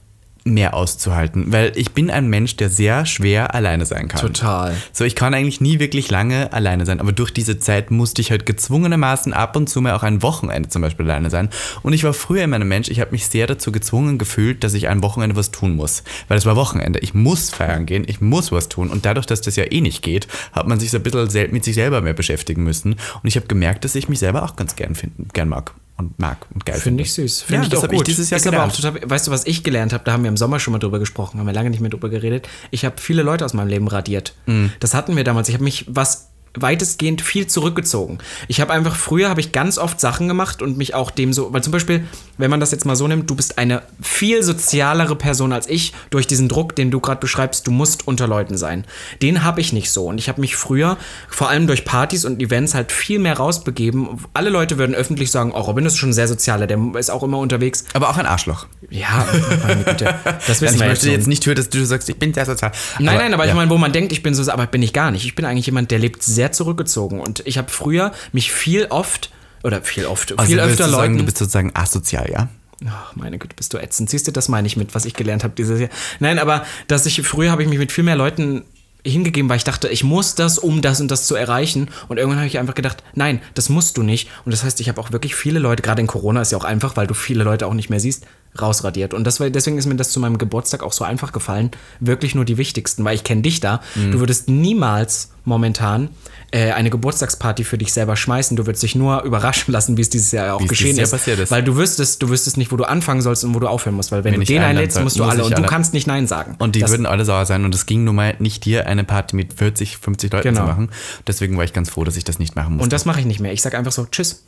B: mehr auszuhalten, weil ich bin ein Mensch, der sehr schwer alleine sein kann.
A: Total.
B: So, ich kann eigentlich nie wirklich lange alleine sein, aber durch diese Zeit musste ich halt gezwungenermaßen ab und zu mal auch ein Wochenende zum Beispiel alleine sein. Und ich war früher immer ein Mensch, ich habe mich sehr dazu gezwungen gefühlt, dass ich ein Wochenende was tun muss, weil es war Wochenende. Ich muss feiern gehen, ich muss was tun. Und dadurch, dass das ja eh nicht geht, hat man sich so ein bisschen sel- mit sich selber mehr beschäftigen müssen. Und ich habe gemerkt, dass ich mich selber auch ganz gern finden, gern mag und mag und geil
A: Finde ich süß. Finde
B: ja,
A: ich
B: das
A: auch
B: habe ich
A: gut.
B: dieses Jahr
A: ist
B: gelernt.
A: aber auch total, weißt du, was ich gelernt habe? Da haben wir im Sommer schon mal drüber gesprochen, haben wir lange nicht mehr drüber geredet. Ich habe viele Leute aus meinem Leben radiert. Das hatten wir damals. Ich habe mich was weitestgehend viel zurückgezogen. Ich habe einfach früher habe ich ganz oft Sachen gemacht und mich auch dem so, weil zum Beispiel, wenn man das jetzt mal so nimmt, du bist eine viel sozialere Person als ich durch diesen Druck, den du gerade beschreibst, du musst unter Leuten sein. Den habe ich nicht so und ich habe mich früher vor allem durch Partys und Events halt viel mehr rausbegeben. Alle Leute würden öffentlich sagen, oh Robin ist schon sehr sozialer, der ist auch immer unterwegs.
B: Aber auch ein Arschloch.
A: Ja, meine Güte. Das wissen
B: Ich
A: wir jetzt,
B: möchte
A: so.
B: jetzt nicht hören, dass du sagst, ich bin sehr sozial.
A: Nein, nein, aber
B: ja.
A: ich meine, wo man denkt, ich bin so, aber bin ich gar nicht. Ich bin eigentlich jemand, der lebt sehr zurückgezogen. Und ich habe früher mich viel oft, oder viel oft,
B: Also
A: viel
B: willst
A: öfter
B: du
A: Leuten.
B: Sagen, du bist sozusagen asozial, ja?
A: Ach, meine Güte, bist du ätzend. Siehst du, das meine ich mit, was ich gelernt habe dieses Jahr. Nein, aber dass ich früher habe ich mich mit viel mehr Leuten hingegeben, weil ich dachte, ich muss das, um das und das zu erreichen. Und irgendwann habe ich einfach gedacht, nein, das musst du nicht. Und das heißt, ich habe auch wirklich viele Leute, gerade in Corona ist ja auch einfach, weil du viele Leute auch nicht mehr siehst, rausradiert. Und das war, deswegen ist mir das zu meinem Geburtstag auch so einfach gefallen. Wirklich nur die wichtigsten, weil ich kenne dich da.
B: Mhm.
A: Du würdest niemals momentan äh, eine Geburtstagsparty für dich selber schmeißen. Du würdest dich nur überraschen lassen, wie es dieses Jahr auch
B: es dieses
A: geschehen
B: Jahr
A: ist,
B: passiert ist.
A: Weil du wüsstest, du wüsstest nicht, wo du anfangen sollst und wo du aufhören musst, weil wenn,
B: Wenn
A: du
B: ich
A: den
B: einen
A: einlädst,
B: dann
A: musst du
B: muss
A: alle
B: ich
A: und du
B: alle.
A: kannst nicht Nein sagen.
B: Und die
A: das,
B: würden alle sauer sein und es ging nun mal nicht dir, eine Party mit 40, 50 Leuten
A: Genau.
B: zu machen. Deswegen war ich ganz froh, dass ich das nicht machen musste.
A: und das mache ich nicht mehr. Ich sage einfach so, tschüss.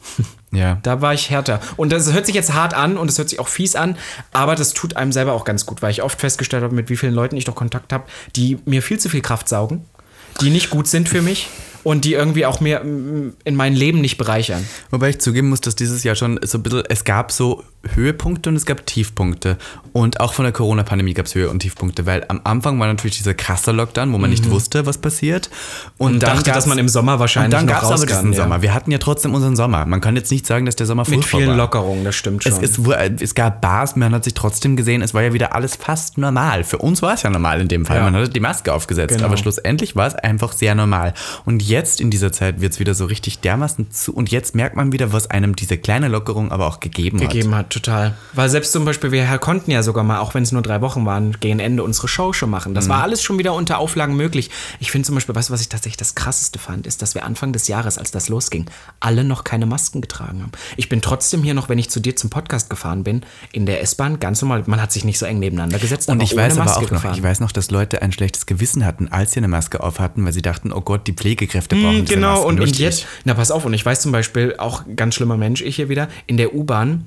B: ja.
A: Da war ich härter. Und das hört sich jetzt hart an und es hört sich auch fies an, aber das tut einem selber auch ganz gut, weil ich oft festgestellt habe, mit wie vielen Leuten ich doch Kontakt habe, die mir viel zu viel Kraft saugen, die nicht gut sind für mich und die irgendwie auch mir mm, in mein Leben nicht bereichern.
B: Wobei ich zugeben muss, dass dieses Jahr schon so ein bisschen, es gab so Höhepunkte und es gab Tiefpunkte. Und auch von der Corona-Pandemie gab es Höhe- und Tiefpunkte, weil am Anfang war natürlich dieser krasser Lockdown, wo man nicht wusste, was passiert. Und,
A: Mhm. Und
B: dann
A: dachte,
B: gab's-
A: dass man im Sommer wahrscheinlich
B: Und dann
A: noch
B: gab es
A: raus
B: aber diesen
A: kann, ja.
B: Sommer. Wir hatten ja trotzdem unseren Sommer. Man kann jetzt nicht sagen, dass der Sommer
A: Mit
B: furchtbar
A: vielen
B: war.
A: Lockerungen, das stimmt schon.
B: Es, es, wu- es gab Bars, man hat sich trotzdem gesehen, es war ja wieder alles fast normal. Für uns war es ja normal in dem Fall.
A: Ja.
B: Man hatte die Maske aufgesetzt,
A: Genau.
B: aber schlussendlich war es einfach sehr normal. Und jetzt in dieser Zeit wird es wieder so richtig dermaßen zu. Und jetzt merkt man wieder, was einem diese kleine Lockerung aber auch gegeben,
A: gegeben hat, total. Weil selbst zum Beispiel, wir konnten ja sogar mal, auch wenn es nur drei Wochen waren, gegen Ende unsere Show schon machen.
B: Mhm.
A: Das war alles schon wieder unter Auflagen möglich. Ich finde zum Beispiel, weißt du, was ich tatsächlich das Krasseste fand, ist, dass wir Anfang des Jahres, als das losging, alle noch keine Masken getragen haben. Ich bin trotzdem hier noch, wenn ich zu dir zum Podcast gefahren bin, in der S-Bahn ganz normal, man hat sich nicht so eng nebeneinander gesetzt,
B: hat. Und ich weiß aber auch noch,
A: gefahren.
B: ich weiß noch, dass Leute ein schlechtes Gewissen hatten, als sie eine Maske auf hatten, weil sie dachten, oh Gott, die Pflegekräfte brauchen diese
A: Genau,
B: Masken,
A: und, und
B: nicht
A: jetzt,
B: ich.
A: na pass auf, und ich weiß zum Beispiel, auch ganz schlimmer Mensch, ich hier wieder, in der U-Bahn,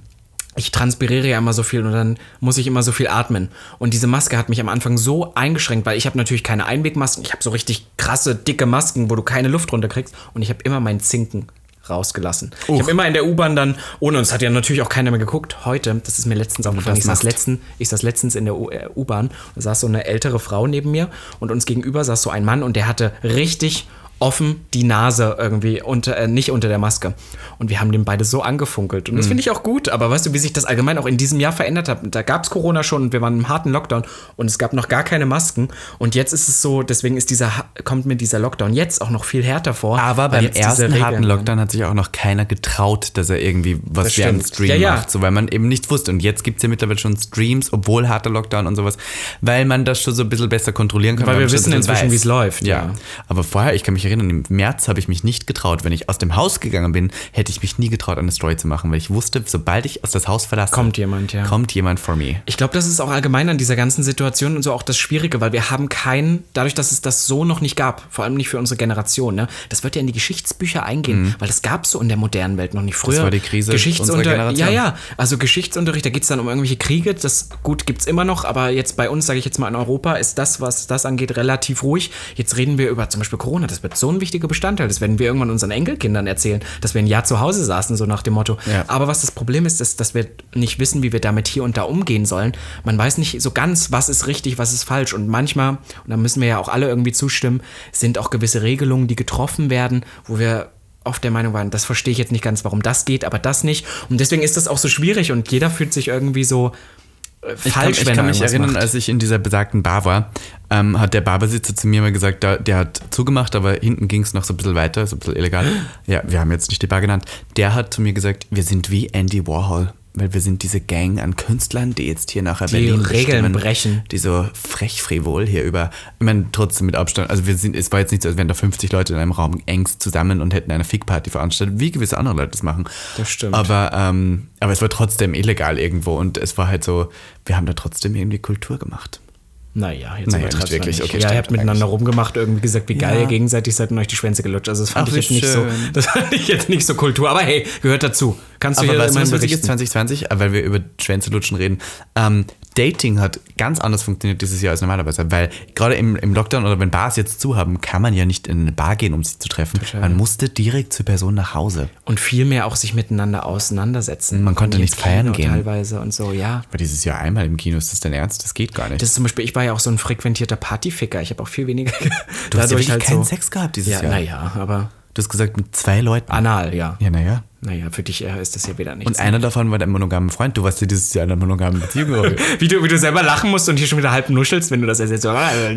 A: ich transpiriere ja immer so viel und dann muss ich immer so viel atmen. Und diese Maske hat mich am Anfang so eingeschränkt, weil ich habe natürlich keine Einwegmasken, ich habe so richtig krasse, dicke Masken, wo du keine Luft runterkriegst und ich habe immer meinen Zinken rausgelassen. Ich habe immer in der U-Bahn dann, ohne uns hat ja natürlich auch keiner mehr geguckt, heute, das ist mir letztens aufgefallen,
B: das
A: ich saß
B: macht.
A: letztens letzten- ich saß letztens in der U- äh, U-Bahn und saß so eine ältere Frau neben mir und uns gegenüber saß so ein Mann und der hatte richtig offen die Nase irgendwie unter, äh, nicht unter der Maske. Und wir haben den beide so angefunkelt.
B: Mhm.
A: Und das finde ich auch gut, aber weißt du, wie sich das allgemein auch in diesem Jahr verändert hat? Da gab es Corona schon und wir waren im harten Lockdown und es gab noch gar keine Masken. Und jetzt ist es so, deswegen ist dieser, ha- kommt mir dieser Lockdown jetzt auch noch viel härter vor.
B: Aber
A: weil
B: beim
A: jetzt diese
B: ersten harten
A: Regeln waren.
B: Lockdown hat sich auch noch keiner getraut, dass er irgendwie was
A: Das
B: wie einen
A: stimmt.
B: Stream
A: Ja, ja.
B: macht, so weil man eben nicht wusste. Und jetzt gibt es ja mittlerweile schon Streams, obwohl harter Lockdown und sowas, weil man das schon so ein bisschen besser kontrollieren kann.
A: Weil wir
B: man schon
A: wissen
B: ein bisschen
A: inzwischen,
B: weiß.
A: wie's läuft,
B: Ja.
A: ja.
B: Aber vorher, ich kann mich erinnern, im März habe ich mich nicht getraut. Wenn ich aus dem Haus gegangen bin, hätte ich mich nie getraut, eine Story zu machen, weil ich wusste, sobald ich aus das Haus verlasse,
A: Kommt jemand, ja.
B: Kommt jemand for me.
A: Ich glaube, das ist auch allgemein an dieser ganzen Situation und so auch das Schwierige, weil wir haben keinen, dadurch, dass es das so noch nicht gab, vor allem nicht für unsere Generation, ne, das wird ja in die Geschichtsbücher eingehen, weil das gab es so in der modernen Welt noch nicht früher.
B: Mhm. war die Krise
A: Geschichtsunter
B: unserer Generation.
A: Ja, ja, also Geschichtsunterricht, da geht es dann um irgendwelche Kriege, das gut gibt es immer noch, aber jetzt bei uns, sage ich jetzt mal in Europa, ist das, was das angeht, relativ ruhig. Jetzt reden wir über zum Beispiel Corona, das wird so ein wichtiger Bestandteil, das werden wir irgendwann unseren Enkelkindern erzählen, dass wir ein Jahr zu Hause saßen, so nach dem Motto.
B: Ja.
A: Aber was das Problem ist, ist, dass wir nicht wissen, wie wir damit hier und da umgehen sollen. Man weiß nicht so ganz, was ist richtig, was ist falsch. Und manchmal, und da müssen wir ja auch alle irgendwie zustimmen, sind auch gewisse Regelungen, die getroffen werden, wo wir oft der Meinung waren, das verstehe ich jetzt nicht ganz, warum das geht, aber das nicht. Und deswegen ist das auch so schwierig und jeder fühlt sich irgendwie so äh, falsch,
B: ich
A: wenn
B: kann, ich kann
A: er
B: mich
A: irgendwas
B: erinnern,
A: macht.
B: als ich in dieser besagten Bar war, ähm, hat der Barbesitzer zu mir mal gesagt, da, der hat zugemacht, aber hinten ging es noch so ein bisschen weiter, so ein bisschen
A: <gasps>
B: illegal. Ja, wir haben jetzt nicht die Bar genannt. Der hat zu mir gesagt, wir sind wie Andy Warhol. Weil wir sind diese Gang an Künstlern, die jetzt hier nachher die
A: Regeln brechen.
B: Die so frech frivol hier über. Ich meine, trotzdem mit Abstand. Also wir sind, es war jetzt nicht so, als wären da 50 Leute in einem Raum engst zusammen und hätten eine Fickparty veranstaltet, wie gewisse andere Leute das machen.
A: Das stimmt.
B: Aber aber, ähm, aber es war trotzdem illegal irgendwo und es war halt so, wir haben da trotzdem irgendwie Kultur gemacht.
A: Naja, jetzt
B: Naja,
A: übertreib's
B: nicht
A: mal
B: wirklich. Okay,
A: ja, ihr
B: stimmt
A: habt miteinander rumgemacht, irgendwie gesagt, wie geil
B: Ja.
A: ihr gegenseitig seid und euch die Schwänze gelutscht. Also das fand
B: Ach,
A: ich jetzt
B: wie
A: nicht so,
B: schön.
A: <laughs> das fand ich jetzt nicht so Kultur. Aber hey, gehört dazu. Kannst du
B: Aber
A: hier
B: weißt du,
A: immerhin
B: was witzig ist
A: berichten.
B: 2020, äh, weil wir über Schwänze lutschen reden, ähm, Dating hat ganz anders funktioniert dieses Jahr als normalerweise, weil gerade im, im Lockdown oder wenn Bars jetzt zu haben, kann man ja nicht in eine Bar gehen, um sich zu treffen. Man musste direkt zur Person nach Hause.
A: Und vielmehr auch sich miteinander auseinandersetzen.
B: Man konnte
A: Und
B: nicht
A: ins
B: feiern
A: Kino
B: gehen.
A: Teilweise und so, ja.
B: Aber dieses Jahr einmal im Kino, ist das dein Ernst? Das geht gar nicht.
A: Das ist zum Beispiel, ich war ja auch so ein frequentierter Partyficker. Ich habe auch viel weniger.
B: du hast ja wirklich keinen Sex gehabt dieses
A: Ja,
B: Jahr.
A: naja, aber
B: Du hast gesagt, mit zwei Leuten.
A: anal, ja.
B: Ja, naja.
A: Naja, für dich äh, ist das ja wieder nichts.
B: Und einer davon war dein monogamer Freund. Du warst ja dieses Jahr in einer monogamen Beziehung. <laughs> genau. Rory.
A: <laughs> wie, du, wie du selber lachen musst und hier schon wieder halb nuschelst, wenn du das ersetzt. Du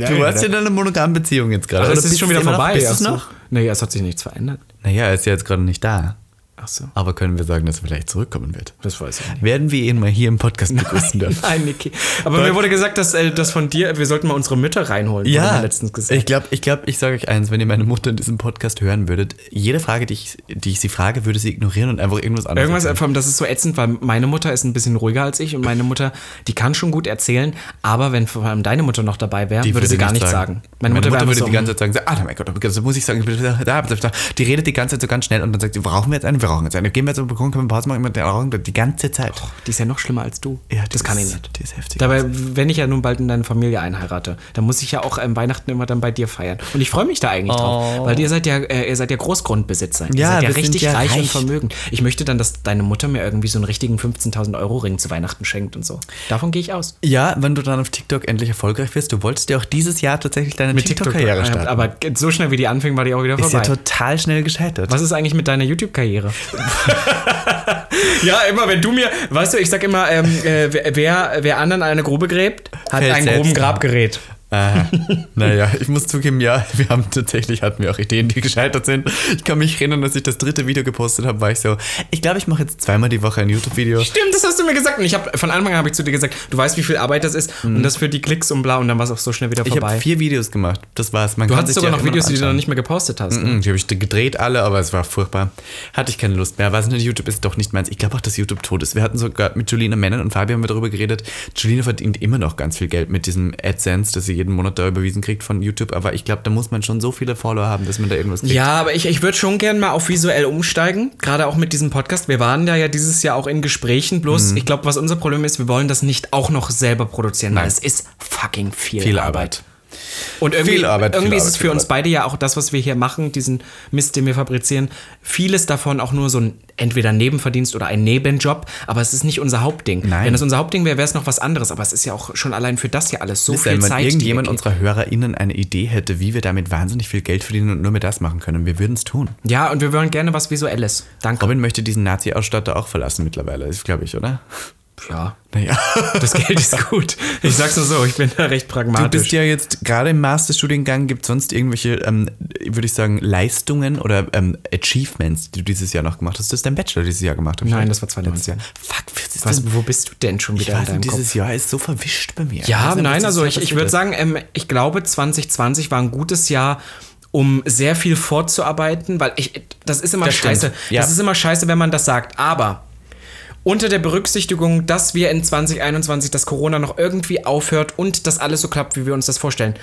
B: Du warst ja genau. in einer monogamen Beziehung jetzt gerade.
A: Ach,
B: Oder
A: es ist
B: bist
A: schon wieder
B: du immer noch-
A: vorbei.
B: Bist du's
A: Ach so.
B: noch?
A: Naja, es hat sich nichts verändert.
B: Naja, er ist ja jetzt gerade nicht da.
A: Ach so.
B: Aber können wir sagen, dass er vielleicht zurückkommen wird?
A: Das weiß ich nicht.
B: Werden wir ihn mal hier im <laughs> Podcast begrüßen dürfen?
A: <laughs> Nein, Niki. Aber mir wurde gesagt, dass, äh, dass von dir, wir sollten mal unsere Mütter reinholen. wurde mir
B: Ja,
A: letztens gesagt.
B: ich glaube, ich, glaub, ich sage euch eins, wenn ihr meine Mutter in diesem Podcast hören würdet, jede Frage, die ich, die ich sie frage, würde sie ignorieren und einfach irgendwas anderes
A: Irgendwas, äh,
B: erzählen.
A: vor allem, das ist so ätzend, weil meine Mutter ist ein bisschen ruhiger als ich und meine Mutter, die kann schon gut erzählen, aber wenn vor allem deine Mutter noch dabei wäre,
B: Die
A: würde, sie gar nichts sagen. Meine, Mutter, wäre
B: würde
A: einfach
B: die ganze Zeit sagen, so, ah, mein Gott, oh mein Gott, das muss ich sagen, ich bin- da, da, da. die redet die ganze Zeit so ganz schnell und dann sagt sie, brauchen wir jetzt einen rauchen sein. Gehen wir jetzt auf den Balkon, können wir Pause machen, mit der rauchen wir die ganze Zeit.
A: "Hm, Die ist ja noch schlimmer als du.
B: Oh, Ja, die
A: das kann ich
B: ist-
A: nicht.
B: die ist heftig.
A: Dabei, wenn ich ja nun bald in deine Familie einheirate, dann muss ich ja auch ähm, Weihnachten immer dann bei dir feiern. Und ich freue mich da eigentlich drauf, weil ihr seid ja, äh, ihr seid ja Großgrundbesitzer. ihr
B: Oh. Ja,
A: seid ja
B: wir sind
A: richtig
B: ja
A: reich, und
B: reich.
A: vermögend. Ich möchte dann, dass deine Mutter mir irgendwie so einen richtigen 15.000 Euro Ring zu Weihnachten schenkt und so. Davon gehe ich aus.
B: Ja, wenn du dann auf TikTok endlich erfolgreich wirst, du wolltest ja auch dieses Jahr tatsächlich deine TikTok-Karriere
A: TikTok, äh,
B: starten.
A: Aber so schnell wie die anfing, war die auch wieder
B: ist ja
A: vorbei.
B: total schnell gescheitert.
A: Was ist eigentlich mit deiner YouTube-Karriere? <laughs> ja, immer, wenn du mir, weißt du, ich sag immer, ähm, äh, wer- wer, wer anderen eine Grube gräbt, hat
B: Fällt
A: einen
B: selbst
A: groben
B: rein.
A: Grabgerät.
B: <laughs> Aha. Äh, naja, ich muss zugeben, ja, wir haben tatsächlich, hatten wir auch Ideen, die gescheitert sind. Ich kann mich erinnern, als ich das dritte Video gepostet habe, war ich so, ich glaube, ich mache jetzt zweimal die Woche ein YouTube-Video.
A: Stimmt, das hast du mir gesagt. Und ich habe von Anfang an habe ich zu dir gesagt, du weißt, wie viel Arbeit das ist und das für die Klicks und bla und dann war es auch so schnell wieder
B: Mhm. Ich habe
A: vorbei.
B: vier Videos gemacht, das war's. Man
A: Du hattest sogar noch Videos, die du noch nicht mehr gepostet hast. ne?
B: Hm, Die habe ich gedreht alle, aber es war furchtbar. Hatte ich keine Lust mehr. Weiß nicht, YouTube ist doch nicht meins. Ich glaube auch, dass YouTube tot ist. Wir hatten sogar mit Julina Mennen und Fabi haben wir darüber geredet. Julina verdient immer noch ganz viel Geld mit diesem AdSense, das sie jeden Monat da überwiesen kriegt von YouTube. Aber ich glaube, da muss man schon so viele Follower haben, dass man da irgendwas kriegt.
A: Ja, aber ich, ich würde schon gern mal auf visuell umsteigen, gerade auch mit diesem Podcast. Wir waren ja ja dieses Jahr auch in Gesprächen, bloß
B: Mhm.
A: ich glaube, was unser Problem ist, wir wollen das nicht auch noch selber produzieren, weil
B: Nein.
A: es ist fucking viel,
B: Viel
A: Arbeit.
B: Arbeit.
A: Und irgendwie,
B: Viel Arbeit, viel
A: irgendwie ist es
B: Arbeit,
A: für
B: viel
A: uns
B: Arbeit.
A: beide ja auch das, was wir hier machen, diesen Mist, den wir fabrizieren, vieles davon auch nur so ein entweder Nebenverdienst oder ein Nebenjob, aber es ist nicht unser Hauptding.
B: Nein.
A: Wenn es unser Hauptding wäre, wäre es noch was anderes, aber es ist ja auch schon allein für das hier alles so viel
B: wenn
A: Zeit. die
B: irgendjemand
A: weggeht.
B: unserer HörerInnen eine Idee hätte, wie wir damit wahnsinnig viel Geld verdienen und nur mehr das machen können, wir würden es tun.
A: ja, und wir wollen gerne was Visuelles. Danke.
B: Robin möchte diesen Nazi-Ausstatter auch verlassen mittlerweile, ist glaube ich, oder?
A: Ja.
B: Naja.
A: Das Geld ist gut. Ich sag's nur so, ich bin da recht
B: Du
A: pragmatisch.
B: bist ja jetzt gerade im Masterstudiengang. Gibt es sonst irgendwelche, ähm, würde ich sagen, Leistungen oder ähm, Achievements, die du dieses Jahr noch gemacht hast? Du hast deinen Bachelor dieses Jahr gemacht. hab ich
A: Nein,
B: gehört.
A: das war 2019.
B: Fuck, was ist
A: Was,
B: denn?
A: wo bist du denn schon
B: Ich
A: wieder
B: weiß
A: in
B: nicht,
A: deinem Kopf?
B: also dieses Jahr ist so verwischt bei mir. Ich
A: Ja,
B: weiß nicht, was
A: nein,
B: dieses
A: also
B: Jahr
A: ich, ich
B: passiert
A: würde
B: ist.
A: sagen, ähm, ich glaube 2020 war ein gutes Jahr, um sehr viel vorzuarbeiten, weil ich, das ist immer
B: Das stimmt,
A: scheiße.
B: ja.
A: Das ist immer scheiße, wenn man das sagt. Aber unter der Berücksichtigung, dass wir in 2021, dass Corona noch irgendwie aufhört und das alles so klappt, wie wir uns das vorstellen.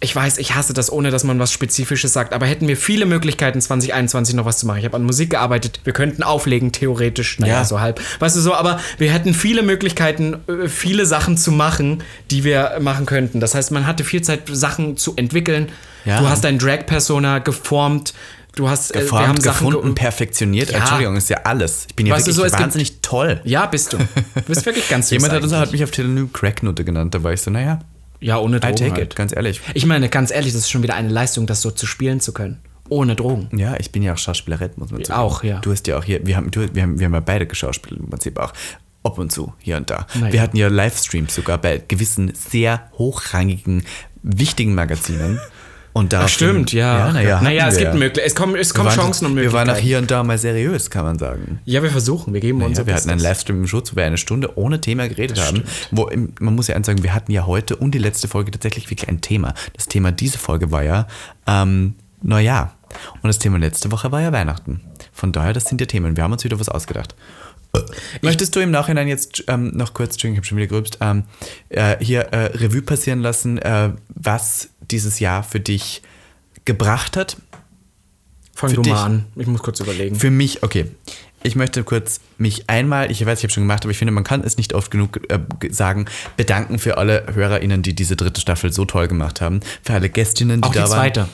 A: Ich weiß, ich hasse das, ohne dass man was Spezifisches sagt, aber hätten wir viele Möglichkeiten, 2021 noch was zu machen. Ich habe an Musik gearbeitet, wir könnten auflegen, theoretisch, naja,
B: Ja.
A: so halb. Weißt du so, aber wir hätten viele Möglichkeiten, äh, viele Sachen zu machen, die wir machen könnten. Das heißt, man hatte viel Zeit, Sachen zu entwickeln.
B: Ja.
A: Du hast dein Drag-Persona geformt, du hast äh,
B: Geformt,
A: ge-
B: gefunden, perfektioniert.
A: Ja.
B: Entschuldigung, ist ja alles. Ich bin ja
A: Weißt du,
B: wirklich
A: so, es gibt-
B: wahnsinnig toll.
A: Ja, bist du. Du bist wirklich ganz süß
B: <laughs> Jemand hat, uns,
A: eigentlich.
B: hat mich auf Telonym Cracknote genannt. Da war ich so, naja,
A: Ja, ohne
B: I
A: Drogen.
B: take
A: halt.
B: it, ganz ehrlich.
A: Ich meine, ganz ehrlich, das ist schon wieder eine Leistung, das so zu spielen zu können. Ohne Drogen.
B: Ja, ich bin ja auch Schauspielerin, muss man sagen.
A: auch, ja.
B: Du hast ja auch hier, wir haben, du, wir haben, wir haben ja beide geschauspielt im Prinzip auch. Ob und zu, hier und da.
A: Na ja.
B: Wir hatten ja Livestreams sogar bei gewissen sehr hochrangigen, wichtigen Magazinen. Und da
A: Stimmt, ja.
B: ja naja,
A: naja,
B: hatten
A: es
B: wir
A: gibt
B: ja.
A: möglich es kommen, es
B: Wir
A: kommen
B: waren-
A: Chancen und
B: Wir waren
A: Möglichkeiten.
B: auch hier und da mal seriös, kann man sagen.
A: ja, wir versuchen, wir geben uns
B: Ja, wir hatten ein Livestream im Schutz, wo wir eine Stunde ohne Thema geredet haben. Wo, im- man muss ja eins sagen, wir hatten ja heute und die letzte Folge tatsächlich wirklich ein Thema. Das Thema diese Folge war ja ähm, Neujahr. Und das Thema letzte Woche war ja Weihnachten. Von daher, das sind ja Themen. Wir haben uns wieder was ausgedacht. Äh, Möchtest du im Nachhinein jetzt ähm, noch kurz, Entschuldigung, ich habe schon wieder gerübst, ähm, äh, hier äh, Revue passieren lassen, äh, was dieses Jahr für dich gebracht hat,
A: Fang
B: für
A: du
B: dich.
A: mal an. Ich muss kurz überlegen.
B: für mich, okay. Ich möchte kurz mich einmal, ich weiß, ich habe schon gemacht, aber ich finde, man kann es nicht oft genug äh, g- sagen, bedanken für alle HörerInnen, die diese dritte Staffel so toll gemacht haben. Für alle Gästinnen, die
A: Auch die
B: da waren.
A: zweite.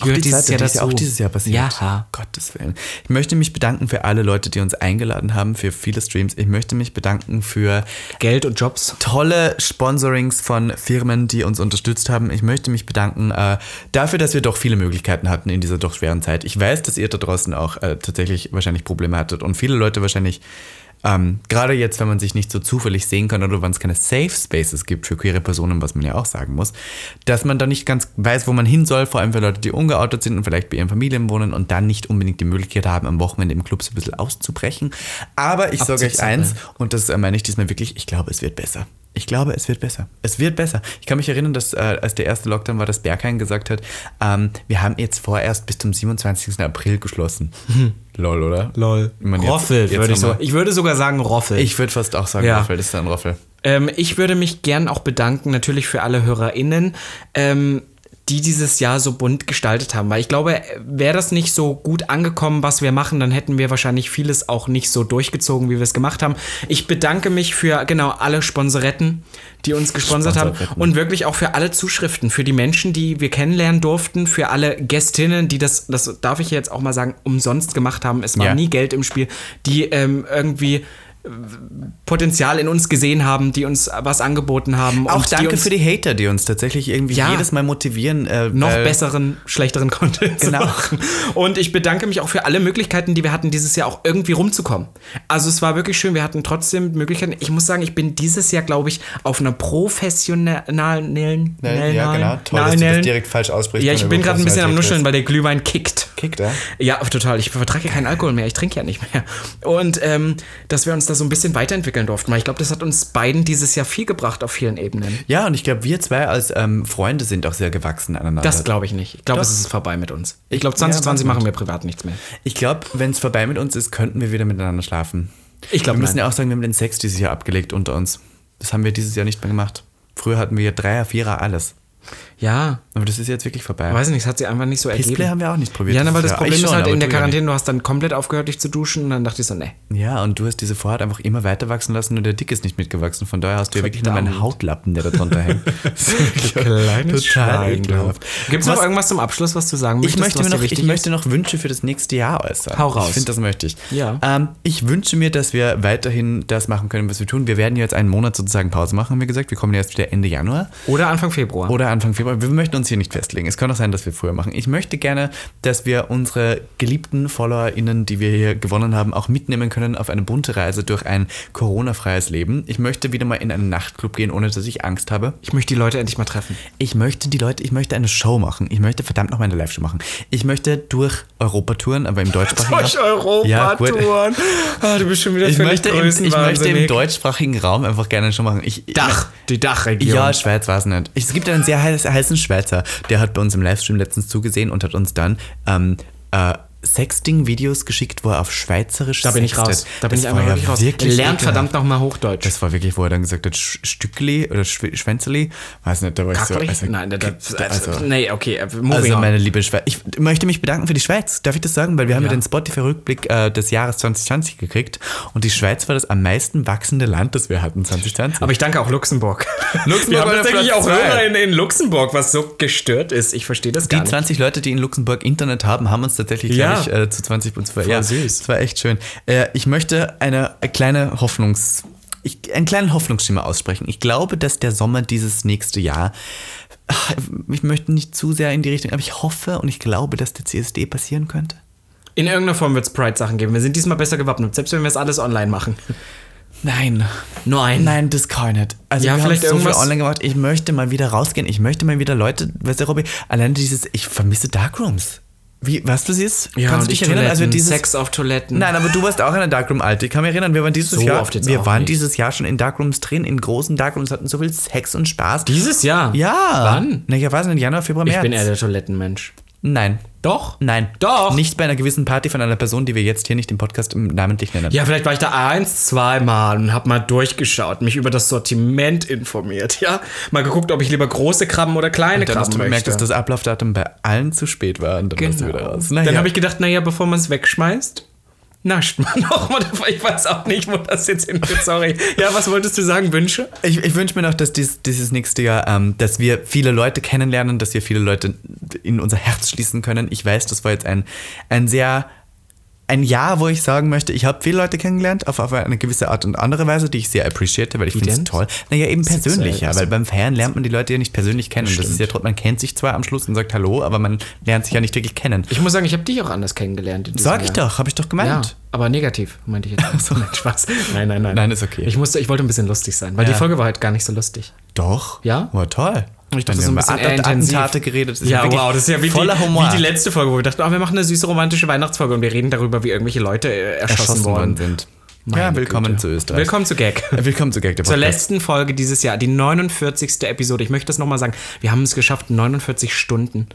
B: Auch die zweite, die ist ja auch
A: dazu.
B: dieses Jahr passiert. Um
A: Ja.
B: Gottes Willen. Ich möchte mich bedanken für alle Leute, die uns eingeladen haben, für viele Streams. Ich möchte mich bedanken für
A: Geld und Jobs.
B: tolle Sponsorings von Firmen, die uns unterstützt haben. Ich möchte mich bedanken äh, dafür, dass wir doch viele Möglichkeiten hatten in dieser doch schweren Zeit. Ich weiß, dass ihr da draußen auch äh, tatsächlich wahrscheinlich Probleme hattet und viele Leute wahrscheinlich, ähm, gerade jetzt, wenn man sich nicht so zufällig sehen kann oder wenn es keine Safe Spaces gibt für queere Personen, was man ja auch sagen muss, dass man da nicht ganz weiß, wo man hin soll, vor allem für Leute, die ungeoutet sind und vielleicht bei ihren Familien wohnen und dann nicht unbedingt die Möglichkeit haben, am Wochenende im Club so ein bisschen auszubrechen. Aber ich sage euch
A: Abzuzappeln.
B: eins, und das äh, meine ich diesmal wirklich, ich glaube, es wird besser. Ich glaube, es wird besser. Es wird besser. Ich kann mich erinnern, dass äh, als der erste Lockdown war, dass Berghain gesagt hat, ähm, wir haben jetzt vorerst bis zum 27. April geschlossen. Lol, oder?
A: Hm. Lol.
B: Ich meine, jetzt-
A: Roffel,
B: jetzt
A: würde ich
B: haben wir-
A: so. Ich würde sogar sagen Roffel.
B: Ich würde fast auch sagen,
A: Ja.
B: Roffel, das ist ein Roffel.
A: Ähm, ich würde mich gern auch bedanken, natürlich für alle HörerInnen. Ähm, die dieses Jahr so bunt gestaltet haben. Weil ich glaube, wäre das nicht so gut angekommen, was wir machen, dann hätten wir wahrscheinlich vieles auch nicht so durchgezogen, wie wir es gemacht haben. Ich bedanke mich für genau alle Sponsoretten, die uns gesponsert haben und wirklich auch für alle Zuschriften, für die Menschen, die wir kennenlernen durften, für alle Gästinnen, die das, das darf ich jetzt auch mal sagen, umsonst gemacht haben. Es war
B: Ja.
A: nie Geld im Spiel, die ähm, irgendwie äh, Potenzial in uns gesehen haben, die uns was angeboten haben.
B: Auch
A: und die
B: danke
A: uns
B: für die Hater, die uns tatsächlich irgendwie
A: Ja.
B: jedes Mal motivieren. äh,
A: noch
B: weil-
A: besseren, schlechteren Content
B: Genau.
A: zu machen. Und ich bedanke mich auch für alle Möglichkeiten, die wir hatten, dieses Jahr auch irgendwie rumzukommen. Also es war wirklich schön, wir hatten trotzdem Möglichkeiten. Ich muss sagen, ich bin dieses Jahr, glaube ich, auf einer professionellen...
B: Nein, ja, genau. Toll, dass du das direkt falsch aussprichst.
A: Ja, ich
B: wenn
A: bin
B: du
A: gerade ein bisschen am Nuscheln,
B: Professionalität
A: weil der Glühwein kickt.
B: Kickt, ja?
A: Ja, total. Ich vertrage ja keinen Alkohol mehr. Ich trinke ja nicht mehr. Und ähm, dass wir uns da so ein bisschen weiterentwickeln durften. Weil ich glaube, das hat uns beiden dieses Jahr viel gebracht auf vielen Ebenen.
B: bist. Ja, und ich glaube, wir zwei als ähm, Freunde sind auch sehr gewachsen aneinander.
A: Das glaube ich nicht. Ich glaube, es ist vorbei mit uns. Ich glaube, 2020
B: Ja,
A: machen wir privat nichts mehr.
B: ich glaube, wenn es vorbei mit uns ist, könnten wir wieder miteinander schlafen.
A: Ich glaube,
B: Wir müssen
A: nein.
B: ja auch sagen, wir haben den Sex dieses Jahr abgelegt unter uns. Das haben wir dieses Jahr nicht mehr gemacht. Früher hatten wir Dreier, Vierer, alles.
A: Ja,
B: Aber das ist jetzt wirklich vorbei.
A: weiß nicht, es hat sich einfach nicht so
B: Display
A: ergeben.
B: haben wir auch nicht probiert.
A: Ja, na, weil das
B: Jahr.
A: Problem
B: Ich
A: ist
B: schon,
A: halt
B: aber
A: in der
B: du ja nicht.
A: Quarantäne, du hast dann komplett aufgehört, dich zu duschen und dann dachte ich so, ne.
B: <laughs>
A: nee.
B: Ja, und du hast diese Vorhaut einfach immer weiter wachsen lassen und der Dick ist nicht mitgewachsen. Von daher hast du ja wirklich nur meinen
A: Verdammt.
B: Hautlappen, der da
A: <laughs>
B: drunter hängt.
A: Kleines
B: Total
A: Schwein,
B: ekelhaft.
A: Gibt es noch
B: Was-
A: irgendwas zum Abschluss, was du sagen
B: Ich
A: möchtest?
B: möchte,
A: was
B: mir
A: dir
B: noch, ich
A: wichtig
B: möchte noch Wünsche für das nächste Jahr äußern.
A: Hau raus.
B: Ich finde, das möchte ich.
A: Ja.
B: Ähm, ich wünsche mir, dass wir weiterhin das machen können, was wir tun. Wir werden jetzt einen Monat sozusagen Pause machen, haben wir gesagt. Wir kommen erst wieder Ende Januar.
A: ist? Oder Anfang Februar.
B: Oder Anfang Februar. Wir möchten uns hier nicht festlegen. Es kann auch sein, dass wir früher machen. Ich möchte gerne, dass wir unsere geliebten FollowerInnen, die wir hier gewonnen haben, auch mitnehmen können auf eine bunte Reise durch ein Corona-freies Leben. Ich möchte wieder mal in einen Nachtclub gehen, ohne dass ich Angst habe.
A: ich möchte die Leute endlich mal treffen.
B: Ich möchte die Leute, ich möchte eine Show machen. Ich möchte verdammt nochmal eine Live-Show machen. Ich möchte durch Europa touren, aber im deutschsprachigen
A: Durch Europa-Touren. Ah, du bist schon wieder
B: Ich
A: völlig
B: möchte, im, ich möchte im
A: größenwahnsinnig.
B: deutschsprachigen Raum einfach gerne eine Show machen. Ich,
A: Dach, die Dachregion.
B: Ja, Schweiz war es nicht. Es gibt einen sehr heiß, heißen Schweizer, der hat bei uns im Livestream letztens zugesehen und hat uns dann ähm, äh, Sexting-Videos geschickt, wo er auf Schweizerisch
A: da bin ich
B: sextet.
A: raus. Da bin ich
B: Das war
A: einfach
B: ja
A: wirklich raus.
B: wirklich
A: Lernt
B: ekelhaft.
A: verdammt nochmal Hochdeutsch.
B: Das war wirklich, wo er dann gesagt hat, Sch- Stückli oder Schw Schwänzeli. Weiß nicht, da war ich so.
A: Kacklich?
B: Also,
A: Nein, da, da,
B: also,
A: nee, okay, äh, moving
B: also
A: on.
B: meine liebe Schweiz. Ich möchte mich bedanken für die Schweiz. Darf ich das sagen? Weil wir haben ja,
A: Ja.
B: den Spotify-Rückblick äh, des Jahres 2020 gekriegt und die Schweiz war das am meisten wachsende Land, das wir hatten 2020.
A: Aber ich danke auch <laughs> Luxemburg.
B: Luxemburg
A: Wir haben
B: war der
A: tatsächlich
B: Platz
A: auch
B: zwei.
A: Hörer in, in Luxemburg, was so gestört ist. Ich verstehe das gar
B: Die
A: nicht.
B: 20 Leute, die in Luxemburg Internet haben, haben uns tatsächlich,
A: Ja.
B: glaub ich, äh, zu 20 und zwar, ja,
A: süß.
B: Das war echt schön. Äh, ich möchte eine äh, kleine Hoffnungs, ich, einen kleinen Hoffnungsschimmer aussprechen. Ich glaube, dass der Sommer dieses nächste Jahr, ach, ich möchte nicht zu sehr in die Richtung, aber ich hoffe und ich glaube, dass der CSD passieren könnte.
A: In irgendeiner Form wird es Pride-Sachen geben. Wir sind diesmal besser gewappnet, selbst wenn wir es alles online machen.
B: Nein.
A: <laughs> Nein.
B: Nein, das kann ich nicht. Also
A: Ja,
B: wir
A: vielleicht
B: haben so viel
A: irgendwas-
B: online gemacht. Ich möchte mal wieder rausgehen. Ich möchte mal wieder Leute, weißt du, Robby, allein dieses, ich vermisse Darkrooms. Wie, was das ist?
A: und die
B: Also
A: Toiletten,
B: dieses,
A: Sex auf Toiletten.
B: Nein, aber du warst auch in der Darkroom alt. Ich kann mich erinnern, wir waren dieses
A: So
B: Jahr.
A: oft jetzt
B: wir
A: auch
B: waren
A: nicht.
B: dieses Jahr schon in Darkrooms drin, in großen Darkrooms, hatten so viel Sex und Spaß.
A: Dieses Jahr?
B: Ja.
A: Wann?
B: Na, ich weiß nicht, Januar, Februar,
A: Ich
B: März.
A: bin eher der Toilettenmensch.
B: Nein.
A: Doch?
B: Nein.
A: Doch.
B: Nicht bei einer gewissen Party von einer Person, die wir jetzt hier nicht im Podcast namentlich nennen.
A: Ja, vielleicht war ich da eins, zweimal und hab mal durchgeschaut, mich über das Sortiment informiert, ja. Mal geguckt, ob ich lieber große Krabben oder kleine
B: Dann hast
A: Krabben
B: du
A: möchte.
B: bemerkt, dass das Ablaufdatum bei allen zu spät war und dann warst du wieder raus. Na
A: Genau. Dann
B: ja.
A: habe ich gedacht, naja, bevor man es wegschmeißt, nascht man <laughs> auch mal. Ich weiß auch nicht, wo das jetzt hingeht, sorry. Ja, was wolltest du sagen, Wünsche?
B: Ich, ich wünsche mir noch, dass dies, dieses nächste Jahr, ähm, dass wir viele Leute kennenlernen, dass wir viele Leute in unser Herz schließen können. Ich weiß, das war jetzt ein, ein sehr, ein Jahr, wo ich sagen möchte, ich habe viele Leute kennengelernt, auf, auf eine gewisse Art und andere Weise, die ich sehr appreciate, weil ich finde es
A: denn?
B: toll. Naja, eben persönlich, ja,
A: also-
B: weil beim Feiern lernt man die Leute ja nicht persönlich kennen. Das, ist ja trotzdem, man kennt sich zwar am Schluss und sagt Hallo, aber man lernt sich ja nicht wirklich kennen.
A: Ich muss sagen, ich habe dich auch anders kennengelernt. in diesem
B: Sag ich
A: Jahr.
B: doch, habe ich doch
A: Ja,
B: gemeint.
A: aber negativ, meinte ich jetzt. <laughs>
B: so.
A: Nein, Spaß. Nein, nein, nein.
B: Nein, ist okay.
A: Ich, musste, ich wollte ein bisschen lustig sein, weil
B: Ja.
A: die Folge war halt gar nicht so lustig.
B: Doch.
A: Ja?
B: War toll.
A: Ich dachte,
B: Dann
A: so ein
B: haben wir
A: bisschen eher
B: Att-
A: intensiv.
B: Attentate geredet. Das ist
A: ja,
B: wirklich
A: wow, das ist ja wie,
B: voller
A: die,
B: Humor.
A: wie die letzte Folge, wo wir dachten, oh, wir machen eine süße romantische Weihnachtsfolge und wir reden darüber, wie irgendwelche Leute äh, erschossen,
B: erschossen worden
A: worden sind.
B: sind. ja, willkommen
A: Güte.
B: zu Österreich.
A: Willkommen zu
B: <laughs>
A: Gag.
B: Äh, willkommen zu Gag der
A: Zur
B: Podcast.
A: letzten Folge dieses Jahr, die 49. Episode. Ich möchte das nochmal sagen. Wir haben es geschafft, 49 Stunden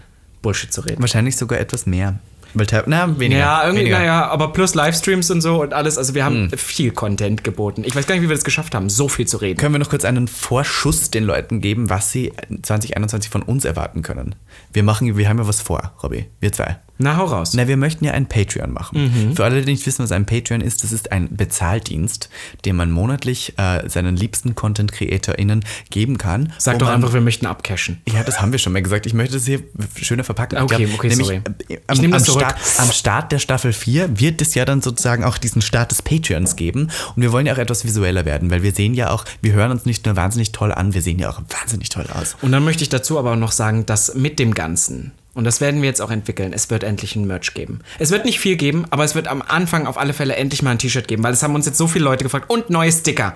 A: Bullshit zu reden.
B: Wahrscheinlich sogar etwas mehr. Weil Tab, na, weniger. Hm.
A: Ja, irgendwie,
B: weniger.
A: naja, aber plus Livestreams und so und alles. Also wir haben viel Content geboten. Ich weiß gar nicht, wie wir das geschafft haben, so viel zu reden.
B: Können wir noch kurz einen Vorschuss den Leuten geben, was sie 2021 von uns erwarten können? Wir machen, wir haben ja was vor, Robby. Wir zwei.
A: Na, hau raus.
B: Na, wir möchten ja ein Patreon machen. Für alle, die nicht wissen, was ein Patreon ist, das ist ein Bezahldienst, den man monatlich äh, seinen liebsten Content-CreatorInnen geben kann.
A: Sag
B: wo
A: doch
B: man-
A: einfach, wir möchten abcashen.
B: Ja, das haben wir schon mal gesagt. Ich möchte das hier schöner verpacken. Ich
A: Okay, okay, sorry.
B: äh,
A: Ich
B: Am,
A: nehme das
B: am,
A: zurück.
B: Start, am Start der Staffel 4 wird es ja dann sozusagen auch diesen Start des Patreons geben. Und wir wollen ja auch etwas visueller werden, weil wir sehen ja auch, wir hören uns nicht nur wahnsinnig toll an, wir sehen ja auch wahnsinnig toll aus.
A: Und dann möchte ich dazu aber noch sagen, dass mit dem Ganzen, und das werden wir jetzt auch entwickeln, es wird endlich ein Merch geben. Es wird nicht viel geben, aber es wird am Anfang auf alle Fälle endlich mal ein T-Shirt geben, weil es haben uns jetzt so viele Leute gefragt. Und neue Sticker.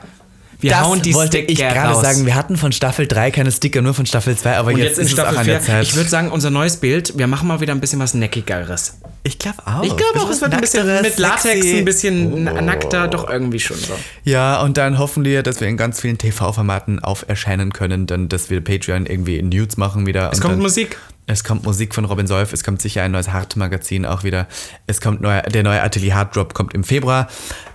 A: Wir
B: Das
A: hauen die
B: wollte
A: Sticker
B: ich gerade
A: raus.
B: sagen. Wir hatten von Staffel 3 keine Sticker, nur von Staffel 2, aber
A: und
B: jetzt,
A: jetzt, in
B: ist es auch
A: Staffel
B: an der
A: 4,
B: Zeit.
A: ich würde sagen, unser neues Bild, wir machen mal wieder ein bisschen was Neckigeres.
B: ich glaube auch.
A: Ich glaube auch, es wird ein bisschen mit Latex, ein bisschen nackter, doch irgendwie schon so.
B: Ja, Oh. und dann hoffen wir, dass wir in ganz vielen TV-Formaten auf erscheinen können, dann, dass wir Patreon irgendwie in Nudes machen wieder.
A: Es
B: und
A: kommt
B: dann,
A: Musik.
B: Es kommt Musik von Robin Solf, es kommt sicher ein neues Hart-Magazin auch wieder. Es kommt neuer, der neue Atelier Hard Drop kommt im Februar.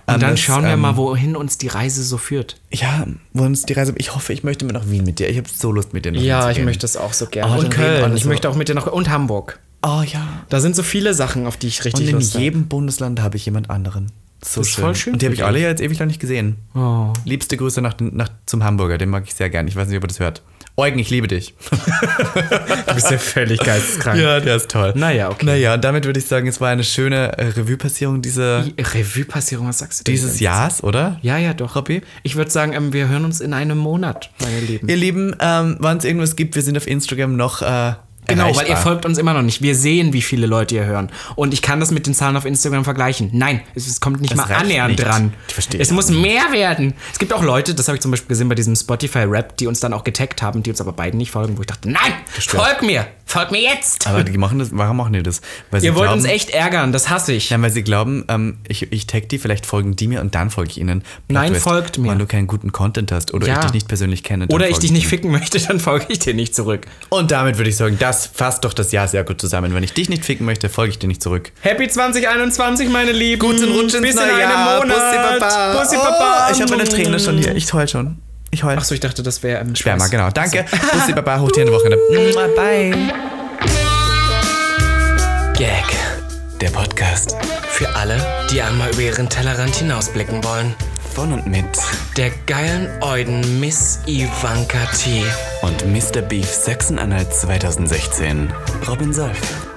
B: Ähm,
A: Und dann schauen wir mal, wohin uns die Reise so führt.
B: Ja, wo uns die Reise. Ich hoffe, ich möchte mir nach Wien mit dir. Ich habe so Lust mit dir nach Wien
A: Ja,
B: zu
A: ich
B: gehen.
A: möchte das auch so gerne.
B: Oh,
A: und
B: dann reden wir
A: Köln.
B: alles
A: Ich
B: so.
A: möchte auch mit dir nach Und Hamburg.
B: Oh ja.
A: Da sind so viele Sachen, auf die ich richtig
B: Und in
A: Lust habe. <laughs>
B: jedem Bundesland habe ich jemand anderen. So
A: Das ist voll schön
B: Und die habe ich
A: für
B: alle jetzt ewig lang nicht gesehen.
A: Oh.
B: Liebste Grüße nach, nach, zum Hamburger, den mag ich sehr gern. Ich weiß nicht, ob er das hört. Eugen, ich liebe dich.
A: Du bist ja völlig <laughs> geisteskrank.
B: Ja, der ist toll.
A: Naja, okay.
B: Naja, und damit würde ich sagen, es war eine schöne äh, Revue-Passierung dieser,
A: Die Revue-Passierung, was sagst du denn
B: dieses
A: jetzt?
B: Jahres, oder?
A: Ja, ja, doch.
B: Robby?
A: Ich würde sagen, ähm, wir hören uns in einem Monat, meine Lieben.
B: Ihr Lieben, ähm, wann es irgendwas gibt, wir sind auf Instagram noch äh,
A: Genau,
B: erreichbar.
A: weil ihr folgt uns immer noch nicht. Wir sehen, wie viele Leute ihr hören. Und ich kann das mit den Zahlen auf Instagram vergleichen. Nein, es, es kommt nicht
B: Das
A: mal
B: reicht
A: annähernd
B: nicht.
A: dran.
B: Ich verstehe
A: Es
B: auch
A: muss mehr werden. Es gibt auch Leute, das habe ich zum Beispiel gesehen bei diesem Spotify-Rap, die uns dann auch getaggt haben, die uns aber beiden nicht folgen, wo ich dachte, nein, folg mir, folg mir jetzt.
B: Aber Ah, die machen das, warum machen die das? Weil sie
A: ihr wollt
B: glauben,
A: uns echt ärgern, das hasse ich.
B: Nein, weil sie glauben, ähm, ich, ich tag die, vielleicht folgen die mir und dann folge ich ihnen. Plot
A: Nein,
B: Twist.
A: folgt mir.
B: Weil du keinen guten Content hast oder
A: Ja.
B: ich dich nicht persönlich kenne. dann
A: Oder ich
B: folge
A: dich nicht
B: dir.
A: ficken möchte, dann folge ich dir nicht zurück.
B: Und damit würde ich sagen, das fasst doch das Jahr sehr gut zusammen. Wenn ich dich nicht ficken möchte, folge ich dir nicht zurück.
A: Happy 2021, meine Lieben.
B: Guten Rutsch ins
A: Bis
B: neue
A: in
B: Jahr.
A: einem Monat.
B: Bussi Papa.
A: Bussi, Papa.
B: Oh, ich habe meine Träne schon hier. Ich heul schon. Ich heul.
A: Achso, ich dachte, das wäre ähm,
B: Sperma,
A: Schweiß.
B: genau. Danke. Bussi Baba, hoch dir eine Wochenende. Mua, Bye.
D: Gag.
B: Der Podcast
D: Für alle, die einmal über ihren Tellerrand hinausblicken wollen.
B: von und mit
D: Der geilen Euden Miss Ivanka T.
B: und Mr. Beef Sachsen-Anhalt 2016. Robin Solf.